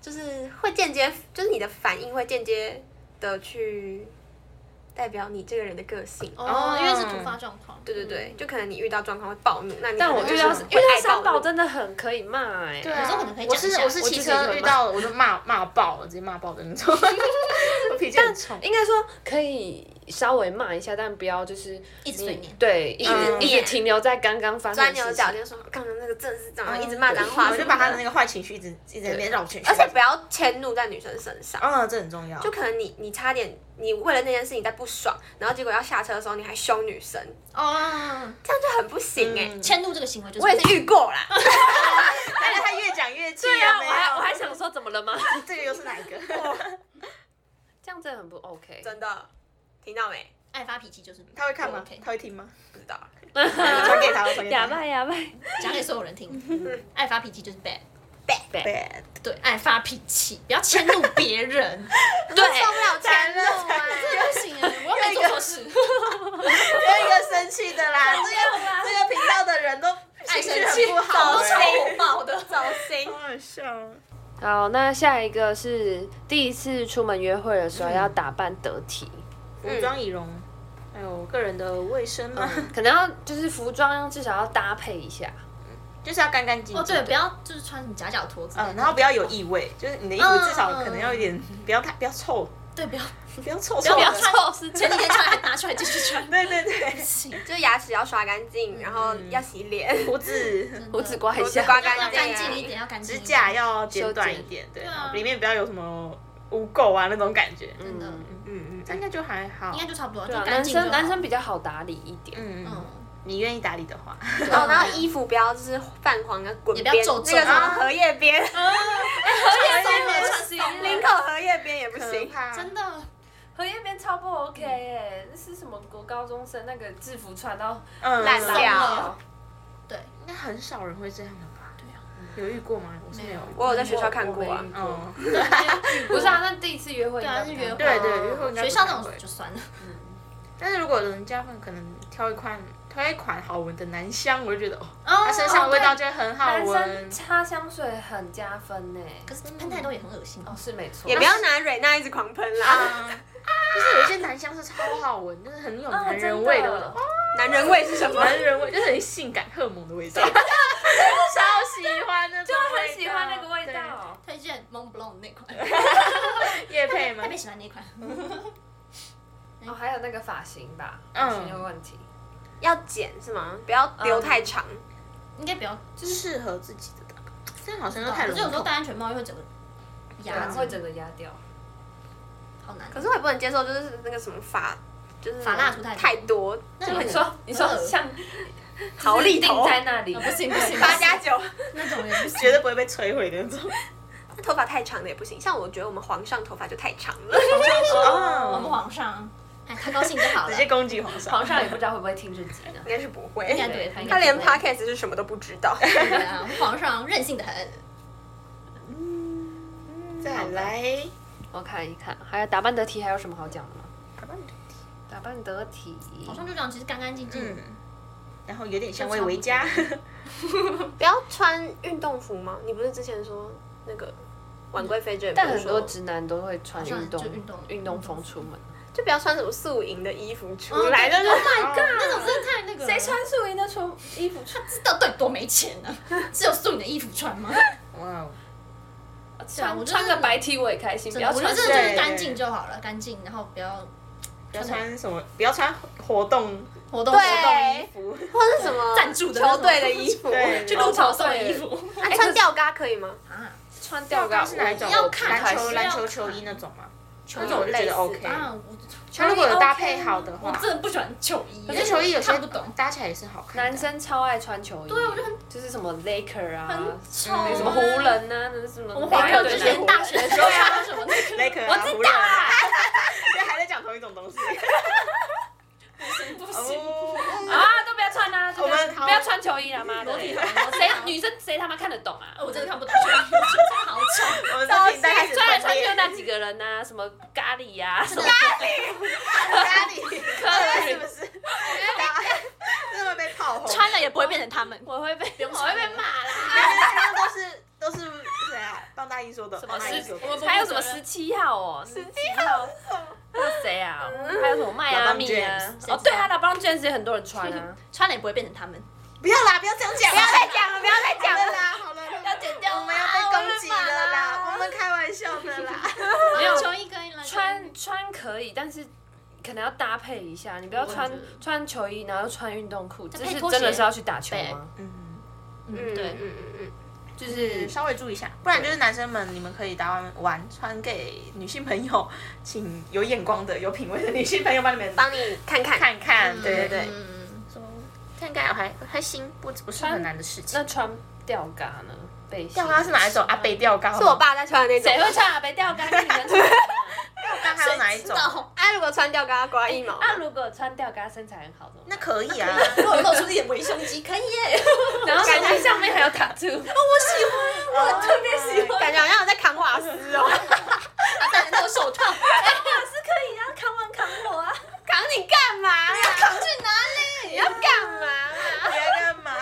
C: 就是会间接，就是你的反应会间接的去代表你这个人的个性。
A: 哦，因为是突发状况。
C: 对对对，就可能你遇到状况会暴怒，那你
D: 但我
C: 可能
D: 遇
C: 就
D: 到
C: 是
D: 遇
C: 会
D: 到
C: 爱
D: 三
C: 暴
D: 宝
C: 怒
D: 真的很可以骂哎、
B: 对啊
A: 有时候可能可以
B: 我
A: 讲一
B: 是
A: 下
B: 我是骑车遇到 我就骂骂爆了，直接骂爆的那种，我脾气很冲。
D: 应该说可以稍微骂一下，但不要就是
B: 一直
D: 你
B: 碎念
D: 对，一直、
C: 嗯
D: 一直停留在刚刚发生
C: 钻
D: 的
C: 牛
D: 事
C: 角
D: 情。
C: 尖说刚刚那个真的是这样，一直骂脏
B: 嗯
C: 话
B: 我
C: 什么的，
B: 就把他的那个坏情绪一直一直在那边绕圈圈，
C: 而且不要迁怒在女生身上。
B: 嗯，这很重要，
C: 就可能你你差点你为了那件事情在不爽，然后结果要下车的时候你还凶女生，
B: 哦，
C: 这样就很不行哎、
B: 嗯
A: 迁怒这个行为就是
C: 我也是遇过啦，
B: 而且他越讲越气，
D: 对啊，我还我
B: 有没有
D: 还想说怎么 了吗？
B: 这个又是哪一个？
D: 这样真的很不 OK。
C: 真的，听到没？
A: 爱发脾气就是
B: 他会看吗
A: OK？
B: 他会听吗？
C: 不知道，
B: 传给他，我传给
D: 嗯哑
B: 他
D: 巴。哑巴，
A: 讲给所有人听，爱发脾气就是 bad，
B: Bad
A: 对，爱发脾气，不要迁怒别人，
C: 对，受不了迁怒啊！
A: 这不行啊，我又没做错事，
B: 有一个生气的啦，这个这个频道的人都
A: 爱
B: 情
A: 生
B: 绪
A: 气，
B: 很不好，
A: 都超
B: 哎
A: 火爆的，
C: 走心
B: 好，好笑。
D: 好，那下一个是第一次出门约会的时候要打扮得体，
B: 服
C: 嗯
B: 装仪容，还有个人的卫生嘛，
D: 可能要就是服装至少要搭配一下。
B: 就是要干干净净。
A: 哦对，不。要就是穿什么夹脚拖之类的
B: 嗯，然后不要有异味，就是你的衣服
A: 嗯
B: 至少可能要一点，不要太不要臭，
A: 对，不要
B: 不要臭臭
A: 不要
B: 的。
A: 穿，是前几天穿还拿出来继续穿，
B: 对对对，
C: 就是牙齿要刷干
B: 嗯
C: 净，然后要洗脸，
B: 胡子、
D: 胡子刮一
C: 嗯胡子
D: 下，
C: 刮
A: 要
C: 干
A: 干净一点，要干净一
B: 指
A: 点，
B: 甲要剪短一点，对，哦里面不要有什么污垢啊那种感觉。嗯
A: 真的
B: 嗯，这应该就还好。
A: 应该就差不多，就
D: 对啊，
A: 干
D: 男
A: 净就
D: 生
A: 好
D: 男生比较好打理一点。
B: 嗯嗯，啊
A: 嗯。
B: 你愿意打理的 话，
C: 哦，然后衣服不要就是泛黄啊，滚
A: 也
C: 边，
A: 不要
C: 那
A: 皱
C: 个
A: 皱
C: 什么
A: 啊
C: 荷叶边，
B: 哎
A: 穿松
C: 领口荷叶边也不行。
B: 怕
A: 真的，
D: 荷叶边超不 OK 哎、那是什么国高中生那个制服穿到
B: 嗯
C: 烂
B: 嗯
C: 掉
A: 了对，
B: 应该很少人会这样的吧？对啊，有遇过吗？我是没有遇过。
C: 我有在学校看过
D: 我
C: 啊
D: 没遇，过
B: 哦，
D: 嗯不是啊，那第一次约会
A: 对啊，是约会，
B: 对对约会应该不
A: 学校那
B: 太
A: 种
B: 会
A: 就算了，
B: 但是如果人家会可能挑一款挑一款好闻的男香，我就觉得哦，
A: 哦
B: 它身上的味道就会很好
D: 男
B: 闻
D: 生。擦香水很加分呢、
A: 可是喷太多也很恶心
D: 哦，是没错，
C: 也不要拿蕊娜一直狂喷啦，
B: 啊，就是有一些男香是超好闻，就是很有男人味的，
D: 啊
C: 男人味是什么？
B: 男人味就是很性感荷尔蒙的味 道，超喜欢那种味道，
D: 很喜欢那个味道。
A: 推荐 Mont Blanc 那款，
B: 对。叶配吗
A: 特？别喜欢那款。
D: 哦，还有那个发型吧，
B: 嗯
D: 发型有问题。
C: 要剪是吗？不要留太长。
A: 应该不要，
B: 就是适合自己的打扮，这样好像又太
A: 可
B: 笼
A: 是有时候
B: 统。
A: 戴安全帽又会整个
D: 然
A: 压
D: 后
A: 着，
D: 啊会整个压掉。
A: 好难。
C: 可是我也不能接受，就是那个什么发，就是
A: 发蜡烛太多
C: 太多，
A: 那你
D: 你说，你说
A: 很恶
D: 像
C: 毫
D: 立
C: 厘
D: 嗯定
C: 头，
D: 在那里
A: 哦，不 行不行，
C: 八加九，
A: 那种也 不行。
B: 绝对不会被摧毁的那种。
C: 那头发太长的也不行。像我觉得我们皇上头发就太长了，
A: 我们
B: 哦，
A: 皇上，哎，他高兴就好了
B: 直。接攻击皇上。
D: 皇上也不知道会不会听这集呢。
C: 应该是不会
A: 应。该对，应该
C: 他连
A: 对
C: podcast 是什么都不知道。
A: 对啊，我 们皇上任性的很。
B: 再来，
D: 我看一看，还有打扮得体还有什么好讲的吗？
B: 打扮得
D: 打扮得体，
A: 皇上就这样，其实干干净净
B: 嗯，，然后有点香味为佳。
C: 不要穿运动服吗？你不是之前说那个晚归飞卷，
D: 但很多直男都会穿运动
A: 好像就运动
D: 运动风出门。
C: 就不要穿什么素营的衣服出
A: 嗯
C: 来，
A: 对
C: 就是
B: My God，
A: 那种真的太那个了。
D: 谁穿素营的出衣服？
A: 他知道到底多没钱 呢、只有送你的衣服穿吗？
B: 哇哦，
A: 啊我
D: 穿
A: 就是
D: 穿个白 T 我也开心，不要
A: 我觉得
D: 穿
A: 这
D: 素
A: 个就
B: 对
A: 是干净就好了，干净，然后不要
B: 不要穿什么，不要穿活动
A: 活动活动
C: 对
B: 衣服。
C: 或是什么
A: 赞助的那
C: 球
A: 种
C: 队的衣服，
B: 对
A: 去路跑送的衣服
C: 那穿吊嘎可以吗？
A: 啊，
D: 穿吊
B: 不知道
D: 嘎
B: 是哪一种？
A: 要看
B: 篮球
A: 还是要
B: 篮球
A: 看
B: 球衣那种吗？
A: 球
B: 那种我就觉得 OK。
A: 啊，我
B: 它如果有搭配好的话
A: 啊我，真的不喜欢球衣，
B: 可是球衣有些
A: 看不懂，
B: 搭起来也是好看的。
D: 男生超爱穿球衣，对
A: 啊我就很
D: 就是什么 Laker 啊，
A: 丑
D: 那什么湖人啊，那什么
A: 我们
D: 华
A: 华
D: 人啊
A: 人
D: 队
A: 之
D: 的
A: 前
D: 湖
A: 大学的时候穿什么那个
B: 雷克
A: 我
B: 啊，
A: 知
B: 湖
A: 道
B: 人啊，
A: 啊，
B: 这还在讲同一种 东西。
A: 不行，
B: 哦，
D: 啊，都不要穿啊，都不
B: 我们
D: 要不要穿球衣啊，妈的，
A: 裸体
D: 谁
A: 好裸体好
D: 女生谁他妈看得懂啊？
A: 哦我真的看不懂球衣， 真的好丑，
B: 我们这频道开始
D: 穿来穿
B: 分
D: 去就
B: 裂
D: 那几个人呐、啊，什么咖喱呀、啊，什么
B: 咖 喱，
D: 咖
B: 是不 是？真的被炮轰。
A: 穿了也不会变成他们，
D: 我会被我会被骂啦。
B: 那都是都是谁啊？棒大衣说的，
D: 什
B: 棒
D: 么
B: 大衣
D: 哦十
B: 说的。
A: 我们不负责任
D: 还有什么十七号哦，十七号，还有谁啊？
A: 嗯
D: 还有什么迈阿密啊
B: LeBron？
A: James
D: 哦，对啊，老帮 James 也很多人穿啊。
A: 穿了也不会变成他们，
B: 不要啦，不要这样讲，不要
C: 不要再讲了，不要再讲了。
B: 啦，好了啦，
A: 要剪掉
B: 我们要被攻击了 啦，我们开玩笑的啦。
D: 没有
A: 球衣可以了，
D: 穿穿可以，但是可能要搭配一下，你不要穿
B: 我也觉
D: 穿球衣，然后又穿运动裤，这
B: 配
D: 是
B: 拖
D: 真的
B: 鞋
D: 是要去打球吗？
B: 嗯，
C: 嗯
B: 嗯，对，
C: 嗯嗯嗯，
B: 就是稍微注意一下，不然就是男生们，你们可以打完玩穿给女性朋友，请有眼光的、有品味的女性朋友 帮你们
C: 帮你看看。
B: 看看，对对
C: 嗯
B: 对，
A: 嗯，
B: 说看看还还行，不不是很难的事情
D: 那。穿吊嘎呢？背心
B: 吊嘎是哪一种？阿北吊嘎吗
C: 是我爸在穿的那种。啊
D: 谁会穿阿背吊嘎？你能穿吗
B: 吊嘎还有哪一种？
C: 啊，如果穿吊嘎刮一毛呢，
D: 啊，如果穿吊嘎身材很好的，
B: 那可以啊，
A: 如果露出一点微胸肌，可以耶，
D: 然后感觉上面还有塔 o
A: 我特别喜 欢。
C: 感觉好像我在扛瓦斯哦，
A: 戴那个手套，
D: 哦扛完扛我啊！
C: 扛你干嘛啦？
A: 扛去哪里？
C: 你要干嘛啦？
B: 你要哎干嘛？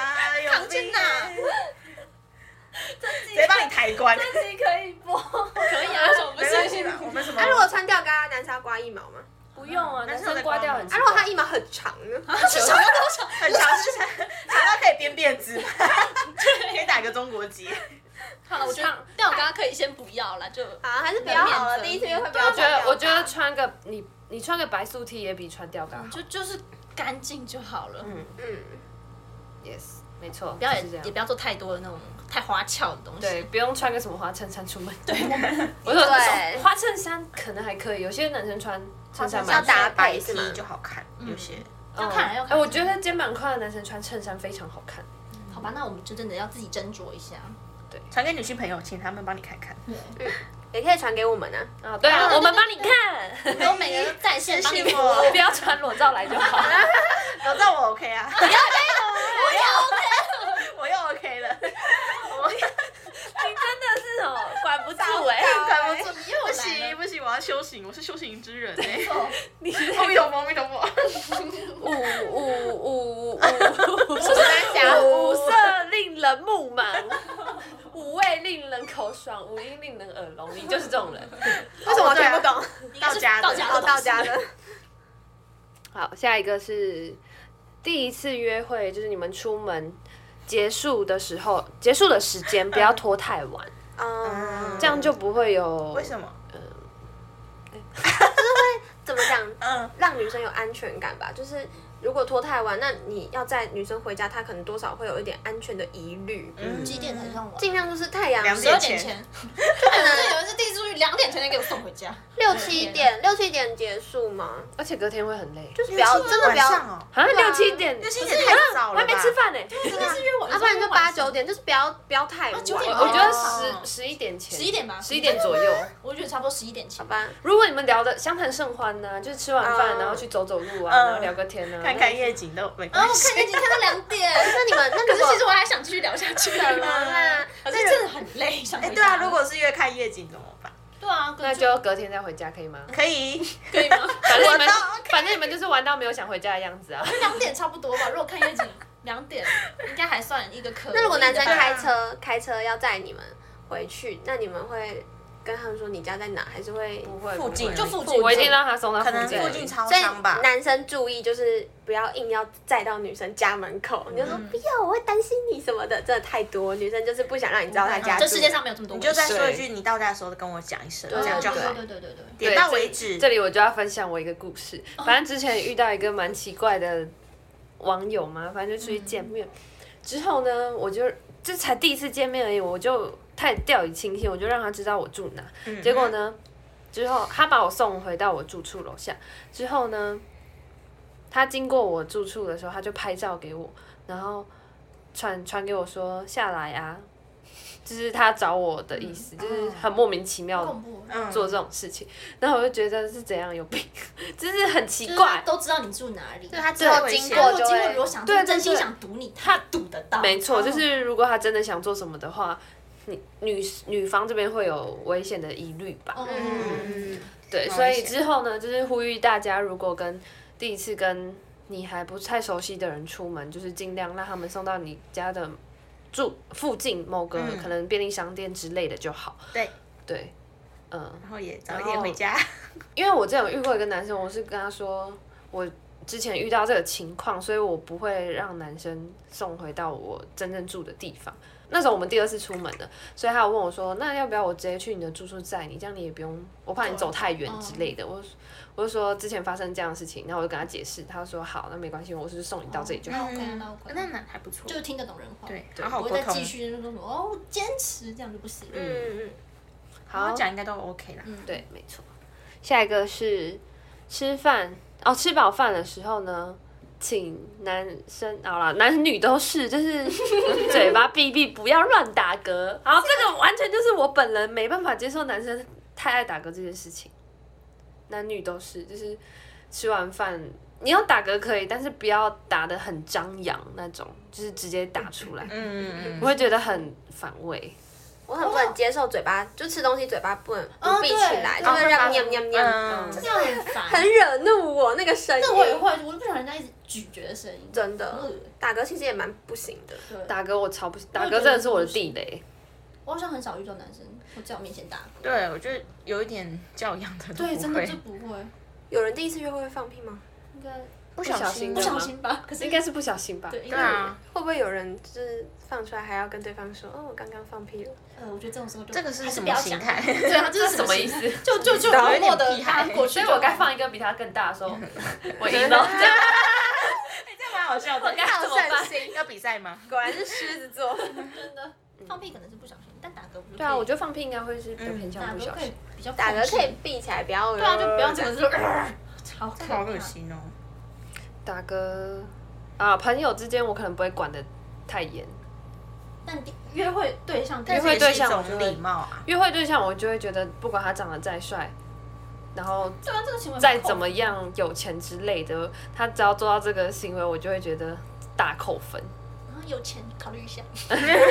B: 有啊
A: 扛去哪
B: 病谁帮你抬棺？
A: 自己可以播，
D: 可以啊，为什么不
B: 没关系啦，我们什么？
C: 啊，如果穿吊嘎，男生要刮一毛吗？
D: 不用啊，
B: 男
D: 男
B: 生有在
D: 生刮掉很
C: 啊，
D: 奇
C: 如果
D: 怪。
C: 他一毛很长呢？
B: 很长是长，长到可以编辫 子，可以打个中国结。
A: 好了，我觉得但我刚刚可以先不要了，就
C: 啊，还是不要好了，
A: 面子
C: 第一次约会不要
D: 我
C: 穿
D: 觉
C: 吊嘎
D: 得，我觉得穿个你你穿个白素 T 也比穿吊嘎好。
A: 就就是干净就好了，
D: 嗯
C: 嗯，
D: ，yes，没错，
A: 不要也
D: 就是这
A: 也
D: 样。
A: 不要做太多的那种太花俏的东西。
D: 对，，不用穿个什么花衬衫出门。对，我
C: 对
D: 说花衬衫可能还可以，有些男生穿衬衫
C: 要
D: 蛮
C: 打搭配
B: 白
C: 是吗
B: T 就好看，有些
A: 要看啊要
D: 哎、
A: 看
D: 我觉得肩膀宽的男生穿衬衫非常好看。
A: 好吧，那我们就真的要自己斟酌一下。
B: 传给女性朋友，请他们帮你看看。
C: 也可以传给我们啊。
D: 啊，对啊，
A: 对
D: 我们帮你看，
A: 没有每个在线帮你
B: 私信
A: 播
B: 我
D: 不要传裸照来就好。
B: 有照我 OK 啊， 我又 OK，我又 OK 了，
D: 你真的是哦，管不住哎、
B: 管不住，
A: 又
B: 不
A: 来
B: 行
A: 了
B: 不行，我要修行，我是修行之人哎。
D: 你
B: 阿弥陀佛，阿弥陀佛。
D: 五五五五五
C: 我在想，
D: 五色令人目盲，五味令人口爽，五音令人耳聋，你就是这种人。
C: 为
B: 哦
C: 什么我听不懂？
B: 啊到家的
A: 到家
C: 哦，到家的。
D: 好，下一个是第一次约会，就是你们出门结束的时候，结束的时间不要拖太晚，
C: 嗯，
D: 这样就不会有
B: 为什么？
C: 怎么讲？
B: 嗯，
C: 让女生有安全感吧。就是如果拖太晚，那你要在女生回家，她可能多少会有一点安全的疑虑。嗯，
A: 几点才上网？
C: 尽量就是太阳
B: 两
A: 十二
B: 点
A: 点前
B: 前，
A: 可能有人是第一次出去两点前才给我送回家。
C: 六七点，六七点结束嘛，
D: 而且隔天会很累。
C: 就是不要真的不要
B: 晚上哦，
D: 啊，
C: 对啊
D: 六七点，
B: 六七点太早
D: 我
B: 了吧
D: 还没吃饭呢。
A: 真的是约晚
C: 啊，不然就八九点，就是不要不要太晚。
A: 啊九点
D: 我
A: 吧
D: 觉
A: 哦
D: 得十十一点前，
A: 十一点吧
D: 十一点左右。
A: 我觉得差不多十一点前
C: 好。吧，
D: 如果你们聊的相谈甚欢呢，就是吃完饭
C: 嗯
D: 然后去走走路啊，
B: 嗯
D: 然后聊个天啊，
B: 看看夜哦景都没
A: 然
B: 关
A: 后我
B: 系
A: 看。眼睛看到两点，
C: 那你们那
A: 可
C: 如
A: 是
C: 果
A: 其实我还想继续聊下去。
C: 怎么啦？
A: 可是真的很累，想
B: 哎，
A: 回
B: 对
A: 家
B: 啊，如果是约看夜景怎么办？
A: 对啊，
D: 那就隔天再回家可以吗？
B: 可以，
A: 可以吗？
D: 反正你们
B: 我都 OK
D: 反正你们就是玩到没有想回家的样子啊。
A: 两点差不多吧。如果看夜景，两点应该还算一个可以的吧。
C: 那如果男生
A: 啊
C: 开车开车要载你们回去，那你们会跟他们说你家在哪，还是会？
D: 不会，
B: 附近
D: 不会
A: 就附近，
D: 我一定让他送到
B: 可能
D: 近。
B: 附近超
C: 所以
B: 商吧。
C: 男生注意就是不要硬要载到女生家门口，你就说不要，我会担心你什么的，真的太多。女生就是不想让你知道她家住。
A: 这世界上没有这么多
B: 你嗯
A: 危
B: 就
A: 险。
B: 再说一句，你到家的时候跟我讲一声，这样就好，
A: 对对对对对。
B: 点到为止。
D: 这里我就要分享我一个故事，反正之前遇到一个蛮奇怪的网友嘛，反正就出去见面，之后呢，我就这才第一次见面而已，我就太掉以轻心，我就让他知道我住哪，结果呢，之后他把我送回到我住处楼下，之后呢，他经过我住处的时候，他就拍照给我，然后传传给我说下来啊。就是他找我的意思，就是很莫名其妙
A: 恐怖，
B: 嗯，
D: 做这种事情，然后我就觉得是怎样有病， 就是很奇
A: 就是他
D: 怪。
A: 都知道你住哪里，
B: 对他
C: 之后经过
A: 如果
C: 就
A: 经过如果
C: 会，
A: 想
D: 对对
A: 真心
D: 对
A: 想堵你，他堵得到。
D: 没错，就是如果他真的想做什么的话，你女女方这边会有危险的疑虑吧？
A: 哦
C: 嗯，
D: 对，
B: 蛮
D: 所
B: 危
D: 以
B: 险
D: 之后呢，就是呼吁大家，如果跟第一次跟你还不太熟悉的人出门，就是尽量让他们送到你家的住附近某个
B: 嗯
D: 可能便利商店之类的就好。
B: 对
D: 对，嗯。
B: 然后也早一点回家。
D: 因为我之前有遇过一个男生，我是跟他说我之前遇到这个情况，所以我不会让男生送回到我真正住的地方。那时候我们第二次出门的，所以他有问我说，那要不要我直接去你的住处载你？这样你也不用，我怕你走太远之类的。我就我就说之前发生这样的事情，然后我就跟他解释，他就说好，那没关系，我是送你到这里就好。
A: 那 OK，那 OK
B: 那那还不错，
A: 就听得懂人话，
B: 嗯对，
D: 对
B: 好好
A: 不会
B: 沟
A: 再
B: 通
A: 继。续说什么哦，坚持这样就不行了。
C: 嗯嗯，
B: 我
D: 好，
B: 讲应该都 OK 啦。
A: 嗯，
D: 对，没错。下一个是吃饭哦，吃饱饭的时候呢，请男生好了，男女都是，就是 嘴巴闭一闭，不要乱打嗝。好，这个完全就是我本人没办法接受男生太爱打嗝这件事情，男女都是，就是吃完饭。你要打嗝可以，但是不要打得很张扬那种，就是直接打出来，
B: 嗯嗯
D: 我会觉得很反胃。
C: 我很不能接受嘴巴，就吃东西嘴巴不能
A: 哦
C: 不闭起来，
A: 对
C: 就会让
A: 对
C: 尿尿尿，
B: 嗯
A: 这，样很
C: 很
A: 烦。
C: 惹怒我那个声音。
A: 那我也会，我就不想人家一直咀嚼的声音，
C: 真
A: 呃
C: 的打嗝其实也蛮不行的。
A: 对，
D: 打嗝我超不，打嗝真的是我的地雷。
B: 嗯
A: 我好像很少遇到男生会在我面前打嗝。
B: 对，我觉得有一点教养的都
A: 对，真
B: 不
A: 的
B: 会
A: 就，不会，
C: 有人第一次约会会放屁吗？
A: 应该
B: 不
D: 小心
A: 不
D: 的
A: 小
D: 吗
A: 心吧？可是
D: 应该是不小心吧？
A: 对，应
B: 对
A: 该
B: 啊，
C: 会不会有人就是放出来还要跟对方说，哦，我刚刚放屁了？
A: 呃，我觉得这种时候就
B: 这个
A: 还
B: 是
A: 是
B: 什
A: 不
B: 么
A: 要
B: 心
A: 讲
B: 态？
D: 对啊，这
A: 这是什么意
D: 思？
A: 就就就
B: 搞一
A: 默
B: 点
A: 默的
B: 屁孩
A: 他过去
D: 所
A: 就
D: 以
A: 好，啊
D: 我该放一个比他更大的时候， 我赢了。
B: 这蛮好笑的，
D: 我该怎么办
B: 心？要比赛吗？
C: 果然是狮子座，
A: 放屁可能是不小心，但打嗝不是
D: 对啊，
A: 可以
D: 我觉得放屁应该会是比较偏
A: 打
D: 向不
A: 嗝
D: 小
A: 可以
D: 心。
A: 比较
C: 打嗝可以
A: 控制，
C: 闭起来，不要
A: 对啊，就不要整
C: 样。
A: 个就呃超可
B: 好
A: 怕
B: 恶心哦！
D: 打嗝啊，朋友之间我可能不会管的太严，
A: 但第约会对象，
B: 但
A: 约
B: 是
D: 会
B: 也是
D: 对
B: 一
D: 象我觉
B: 种
D: 得
B: 礼貌啊，
D: 约会对象我就会觉得不管他长得再帅，然后
A: 对啊，这个行为
D: 再怎么样有钱之类的，他只要做到这个行为，我就会觉得大扣分。
A: 然后有钱考虑一下，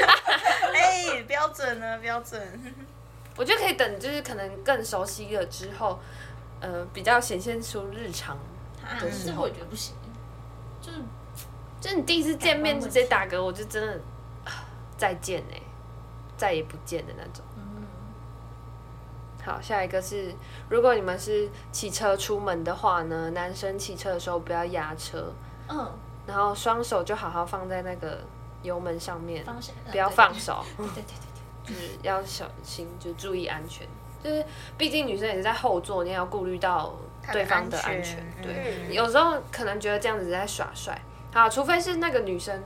B: 哎，标准呢？标准。
D: 我觉得可以等，就是可能更熟悉了之后，呃，比较显现出日常
A: 啊，
D: 对
A: 这我也觉得不行，就是
D: 就你第一次见面直接打嗝，我就真的啊再见哎、再也不见的那种。
A: 嗯，
D: 好，下一个是，如果你们是骑车出门的话呢，男生骑车的时候不要压车，
A: 嗯，
D: 然后双手就好好放在那个油门上面，
A: 方向
D: 不要放，手，
A: 对对对对
D: 就是要小心，就注意安全。就是毕竟女生也是在后座，你也要顾虑到对方的安全。
B: 她的安全
D: 对，
B: 嗯
D: 有时候可能觉得这样子在耍帅，好，除非是那个女生，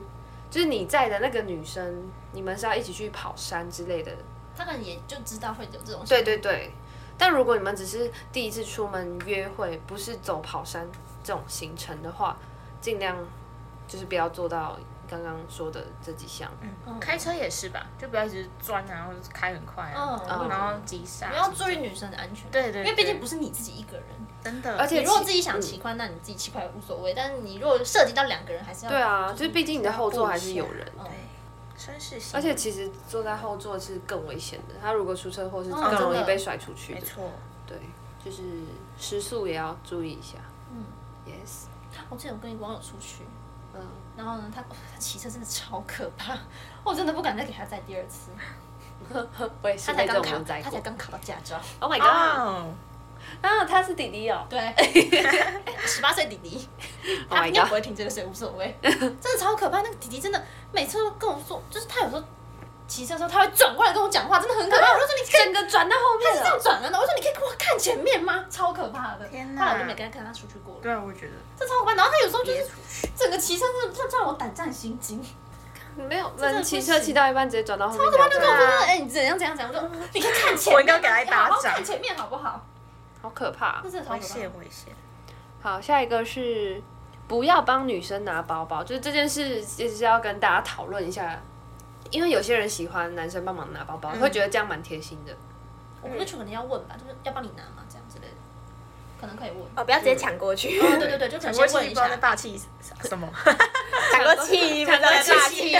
D: 就是你在的那个女生，你们是要一起去跑山之类的。
A: 对，他可能也就知道会有这种，
D: 对对对。但如果你们只是第一次出门约会，不是走跑山这种行程的话，尽量就是不要做到刚刚说的这几项。
A: 嗯
B: 开车也是吧，就不要一直钻啊，或者是开很快啊，
A: 嗯我也觉得
B: 然后急刹。
A: 你要注意女生的安全，
B: 对对对
A: 因为毕竟不是你自己一个人，
B: 真的，
D: 而且
A: 你如果
D: 骑
A: 自己想骑快，那你自己骑快无所谓，但是你如果涉及到两个人，还是要
D: 对啊，就是毕竟你的后座还是有人。
A: 嗯
B: 对，绅士型，
D: 而且其实坐在后座是更危险的，他如果出车祸是
A: 哦
D: 更容
A: 真
D: 易
A: 的
D: 被甩出去
B: 没
D: 的。
B: 错，
D: 对，就是时速也要注意一下。
A: 嗯
D: ，yes，
A: 我之前有跟一个网友出去，
D: 嗯，
A: 然后呢，他、哦他骑车真的超可怕，我真的不敢再给他载第二次。
D: 嗯我也是
A: 他
D: 那
A: 才
D: 种
A: 刚
D: 我
A: 考，
D: 在
A: 他
D: 过
A: 才。刚考到驾照。
D: Oh my god！
B: 哦，
D: 啊，他是弟弟哦。
A: 对， 十八岁弟弟，
D: Oh
A: 他
D: my
A: 应该不
D: god！
A: 会听这个，所以无所谓。真的超可怕，那个弟弟真的每次都跟我说，就是他有时候骑车的时候，他会转过来跟我讲话，真的很可怕。我就说你可以
D: 啊整个转到后
A: 他是
D: 面
A: 这样
D: 了。
A: 转的呢，我说你可以给我看前面吗？超可怕的。
B: 天哪
A: 后来我就没跟他跟他出去过了，
B: 对啊，我觉得
A: 这超可怕。然后他有时候就
B: 别
A: 是
B: 出
A: 整个骑车真的让让我胆战心惊。
D: 没有，
A: 真的
D: 人
A: 哦不
D: 骑
A: 行
D: 车骑到一半直接转到后面。
A: 超可怕，就
D: 这
A: 跟我
D: 样
A: 说，哎、你怎样怎样怎样，我就嗯你可以看前面，
B: 我应该给他一巴掌
A: 你好好看前面好不好？
D: 好可怕
A: 那。真的超
B: 危
A: 可怕
B: 险危险，
D: 好，下一个是不要帮女生拿包包，就是这件事也是要跟大家讨论一下，因为有些人喜欢男生帮忙拿包包，
A: 嗯
D: 会觉得这样蛮贴心的。
A: 我们那群可能要问吧，就是要帮你拿嘛，这样之类的，可能可以问。
C: 哦，不要直接抢过去，
A: 哦，对对对，就可能
B: 我
A: 先
B: 其实
A: 问
B: 不知
A: 一
B: 道在
A: 下。
B: 霸气什 么，
C: 抢过气，不
B: 抢
C: 知
B: 过
C: 道霸
B: 气
C: 气，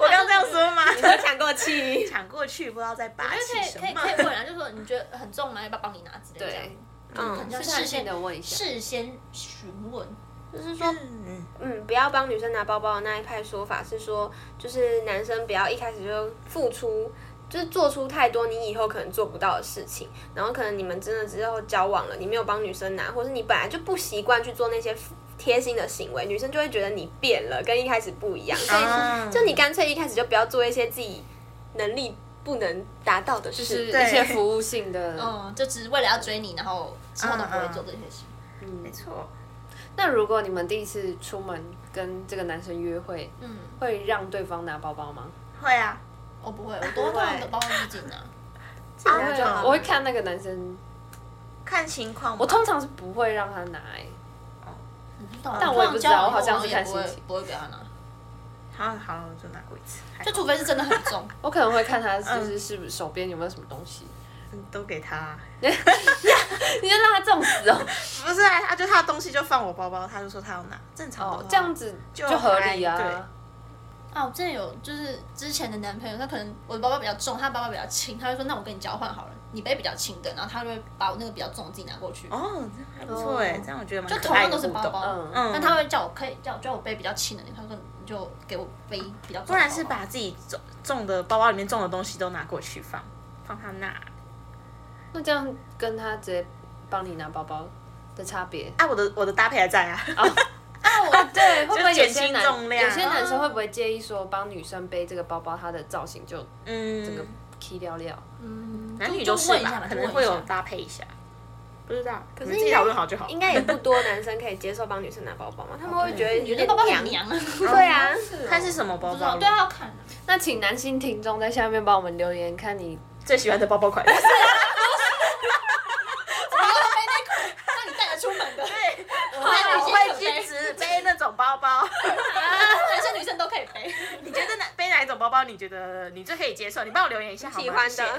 B: 我刚这样说吗？
C: 你说 抢过气，
B: 抢过去不知道在霸
A: 就
B: 气什
A: 可以可以
B: 么
A: 可，以问啊，就说你觉得很重吗？要不要帮你拿之类的这样
D: 对。
A: 可能
C: 嗯，
A: 要
D: 是
A: 事
D: 事先
A: 先
D: 的问一下。
A: 事先询问，
C: 就是说
B: 嗯，
C: 嗯，不要帮女生拿包包的那一派说法是说，就是男生不要一开始就付出，就是做出太多你以后可能做不到的事情，然后可能你们真的之后交往了，你没有帮女生拿，或是你本来就不习惯去做那些贴心的行为，女生就会觉得你变了，跟一开始不一样。所
B: 啊
C: 以就你干脆一开始就不要做一些自己能力不能达到的
D: 就
C: 事。
D: 是
B: 对
D: 一些服务性的。
A: 嗯，就只是为了要追你，然后之后都
D: 嗯
A: 不会做这些事。
B: 没错，
D: 那如果你们第一次出门跟这个男生约会，
A: 嗯，
D: 会让对方拿包包吗？
B: 会啊，
A: 我不会，我都通常都包自己拿。
C: 自
A: 嗯
C: 己拿就
B: 啊
C: 好
D: 我会看那个男生，
B: 看情况吧。
D: 我通常是不会让他拿、欸。
A: 我不知道
D: 但我也不知道我好像是
A: 也
D: 看
A: 不
D: 心
A: 会
D: 情
A: 不会给他拿，
B: 好像好像我就拿过一次，还
A: 就除非是真的很 重。
D: 我可能会看他就是是不是手边有没有什么东西，
B: 都给他。
D: 你就让他中死哦。
B: 不是啊，他就他的东西就放我包包，他就说他要拿，正常的话
D: 哦，这样子就合理
B: 就
D: 啊
B: 还。
A: 啊，我之前有就是之前的男朋友，他可能我的包包比较重，他的包包比较轻，他就说那我跟你交换好了，你背比较轻的，然后他就会把我那个比较重的自己拿过去，
B: 哦，这还不错哎，
D: 哦
B: 这样我觉得蛮
A: 就
B: 可
A: 同
B: 爱
A: 样
B: 的
A: 都是
B: 互
A: 包
B: 动
A: 包，
D: 嗯
B: 嗯，
A: 但他会叫我可以叫叫我背比较轻的，他说你就给我背比较重的包包，
B: 不然是把自己重重的包包里面重的东西都拿过去放，放他那。
D: 那这样跟他直接帮你拿包包的差别
B: 啊，我的我的搭配还在啊，
A: 啊我
D: 对，会不会有
B: 减
D: 些
B: 轻
D: 男
B: 重量
D: 有些男生会不会介意说帮女生背这个包包，它的造型就整 个
B: 嗯，
D: 踢掉掉？
A: 嗯
B: 男女
A: 就
B: 都
A: 就是问一下
B: 吧
A: 嘛，
B: 可
A: 就
B: 能
A: 问
B: 会
A: 一下
B: 有搭配一下，不知道，可
C: 是
B: 自己
C: 应该
B: 讨论好就好。
C: 应该也不多男生可以接受帮女生拿包包嘛，他们会觉得
A: 有
C: 有
A: 的
C: 点
A: 包包很 娘
C: 娘。
A: 啊，
C: 对啊，
B: 看是什么包
A: 不知道
B: 包，
A: 对啊，要看啊。
D: 那请男性听众在下面帮我们留言，看你
B: 最喜欢的包包款。
A: 然后背内裤，那你带着出门的，
B: 对，我
A: 会
B: 我会坚 持背那种包包。
A: 男生女生都可以背。
B: 你觉得哪背哪一种包包？你觉得你最可以接受？你帮我留言一下好吗？
C: 喜欢的
B: 谢谢，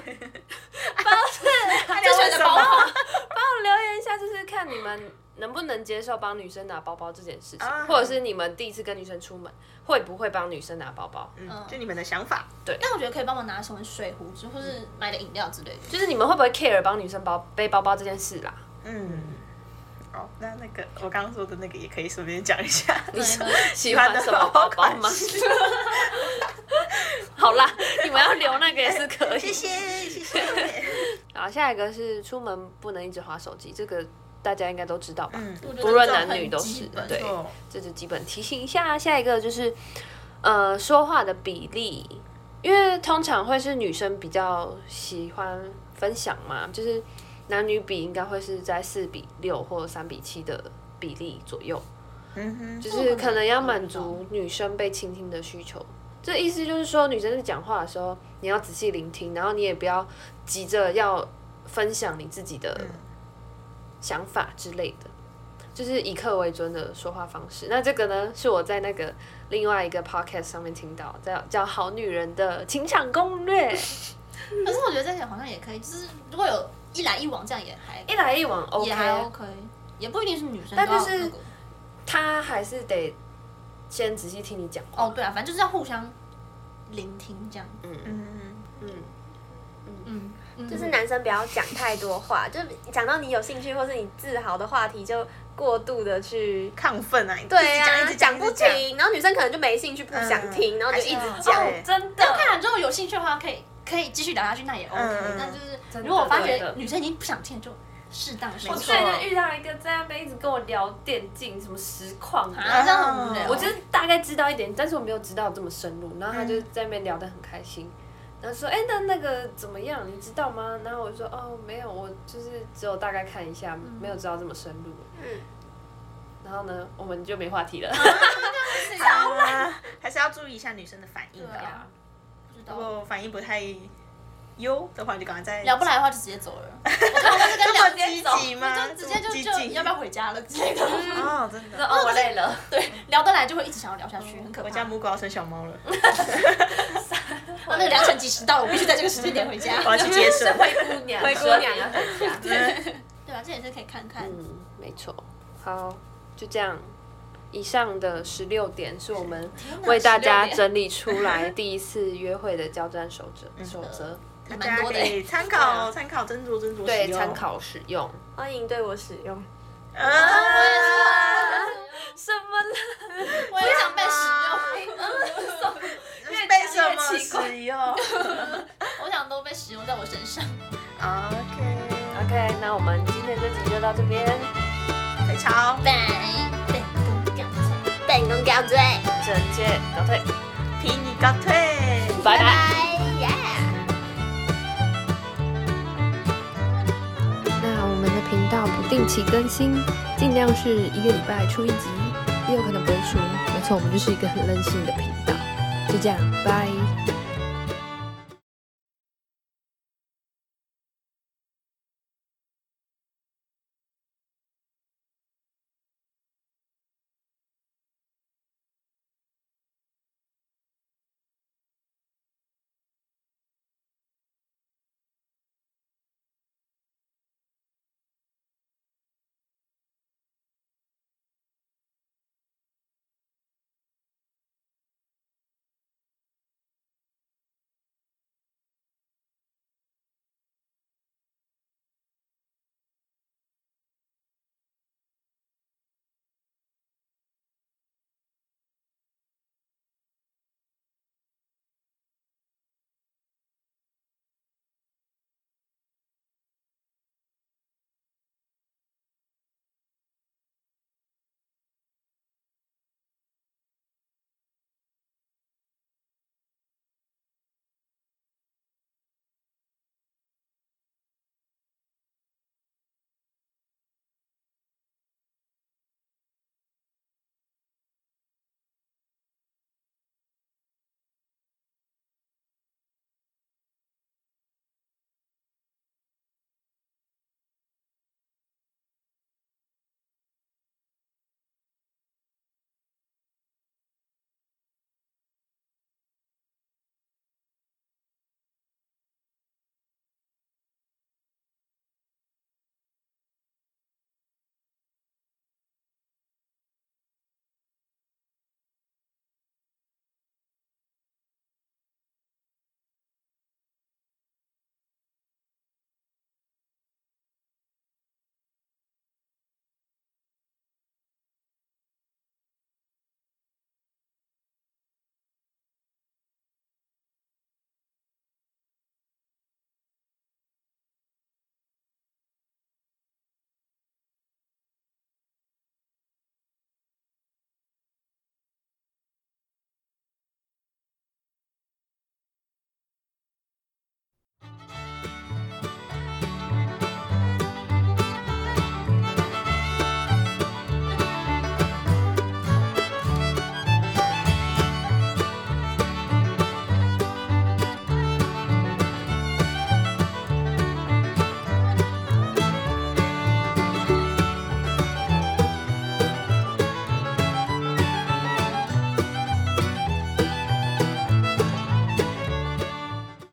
A: 最喜欢的包包，
D: 帮我留言一下，就是看你们能不能接受帮女生拿包包这件事情，
B: 啊
D: 或者是你们第一次跟女生出门会不会帮女生拿包包？
B: 嗯，就你们的想法。
A: 但我觉得可以帮忙拿什么水壶之，或是买的饮料之类的。
D: 就是你们会不会 care 帮女生包背包包这件事啦？
B: 嗯，好，那那个我刚刚说的那个也可以顺便讲一下。
A: 你说
D: 喜
B: 欢
D: 欢
B: 的
D: 什
B: 包
D: 么
B: 包
D: 包
B: 款
D: 包吗？好啦，你们要留那个 也是可
B: 哎
D: 以。
B: 谢 谢谢谢。
D: 好，下一个是出门不能一直划手机，这个大家应该都知道吧？
B: 嗯，
D: 不论男女都是对
B: 哦
D: 这就基本提醒一下。下一个就是，呃，说话的比例，因为通常会是女生比较喜欢分享嘛，就是男女比应该会是在四比六或三比七的比例左右，
B: 嗯哼，
D: 就是可能要满足女生被倾听的需求。这意思就是说，女生在讲话的时候，你要仔细聆听，然后你也不要急着要分享你自己的
A: 嗯
D: 想法之类的，就是以客为尊的说话方式。那这个呢，是我在那个另外一个 podcast 上面听到，叫叫《好女人的情场攻略》，
A: 可是我觉得这个好像也可以，就是如果有一来一往这样也还
D: 一来一往 OK，
A: 也
D: 啊
A: 还 OK，也不一定是女生都
D: 但
A: 要那
D: 就
A: 个。
D: 是他还是得先仔细听你讲话。
A: 哦，对啊，反正就是要互相聆听这样。
B: 嗯，
D: 嗯，
A: 嗯，嗯
C: 就是男生不要讲太多话，就是讲到你有兴趣或是你自豪的话题，就过度的去。
B: 亢奋啊，
C: 对
B: 呀，
C: 啊，讲不
B: 不，
C: 停，然后女生可能就没兴趣，不想听，
B: 嗯
C: 然后就一直
B: 还是
C: 讲
B: 哦，
C: 真
A: 但看了之后有兴趣的话，可以可以继续聊下去，那也 OK、
B: 嗯
A: 但就是
D: 真的
A: 如果发
D: 对
A: 觉
D: 的
A: 女生已经不想听，就适当收
D: 我
A: 手
D: 最近遇到一个在那边一直跟我聊电竞什么实况
A: 啊，
D: 啊，
A: 这样很无聊。
D: 我就是大概知道一点，但是我没有知道这么深入。然后他就在那边聊得很开心，然后说：“哎、那那个怎么样？你知道吗？”然后我就说：“哦，没有，我就是只有大概看一下，没有知道这么深入。”
C: 嗯
D: 然后呢，我们就没话题了。
B: 好啦，还是要注意一下女生的反应
A: 对
B: 啊
A: 啊。，不知
B: 如
A: 道
B: 果反应不太优的话，你就赶快再
A: 聊不来的话就直接走了。我常常是跟聊
B: 积极吗？
A: 就直接就
B: 这么积
A: 就
B: 极
A: 要不要回家了之类的。
B: 哦，真的。
D: 哦，我累 了。
A: 对，聊得来就会一直想要聊下去，很可
B: 我
A: 怕。
B: 家母狗要生小 猫了，
A: 我那个疗程及时到了，我必须在这个时间点回家。
B: 我要去接生。
D: 灰姑娘，
C: 灰姑娘
D: 要回家。
A: 对啊，这也是可以看看。
D: 嗯，没错。好，就这样。以上的十六点是我们为大家
A: 16点
D: 整理出来第一次约会的交战守则守则，
A: 还
B: 大
A: 蛮
B: 家
A: 多
B: 可
A: 的欸。
B: 以参考参考斟酌斟酌
D: 对
B: 使用
D: 参。考使用。
C: 欢迎对我使用。
B: 啊，
D: 什么啦？
A: 我也想被使 用，
B: 被什么使用
A: 我想都被使用在我身上。
B: ？OK，
D: OK，那我们今天这集就到这边。
B: 腿超。
A: 拜拜。
C: 你拢搞醉，
E: 整接搞退，
B: 皮你告退，
E: 拜拜。
C: 拜耶。
D: 那我们的频道不定期更新，尽量是一个礼拜出一集，也有可能不会出。没错，我们就是一个很任性的频道。就这样，拜。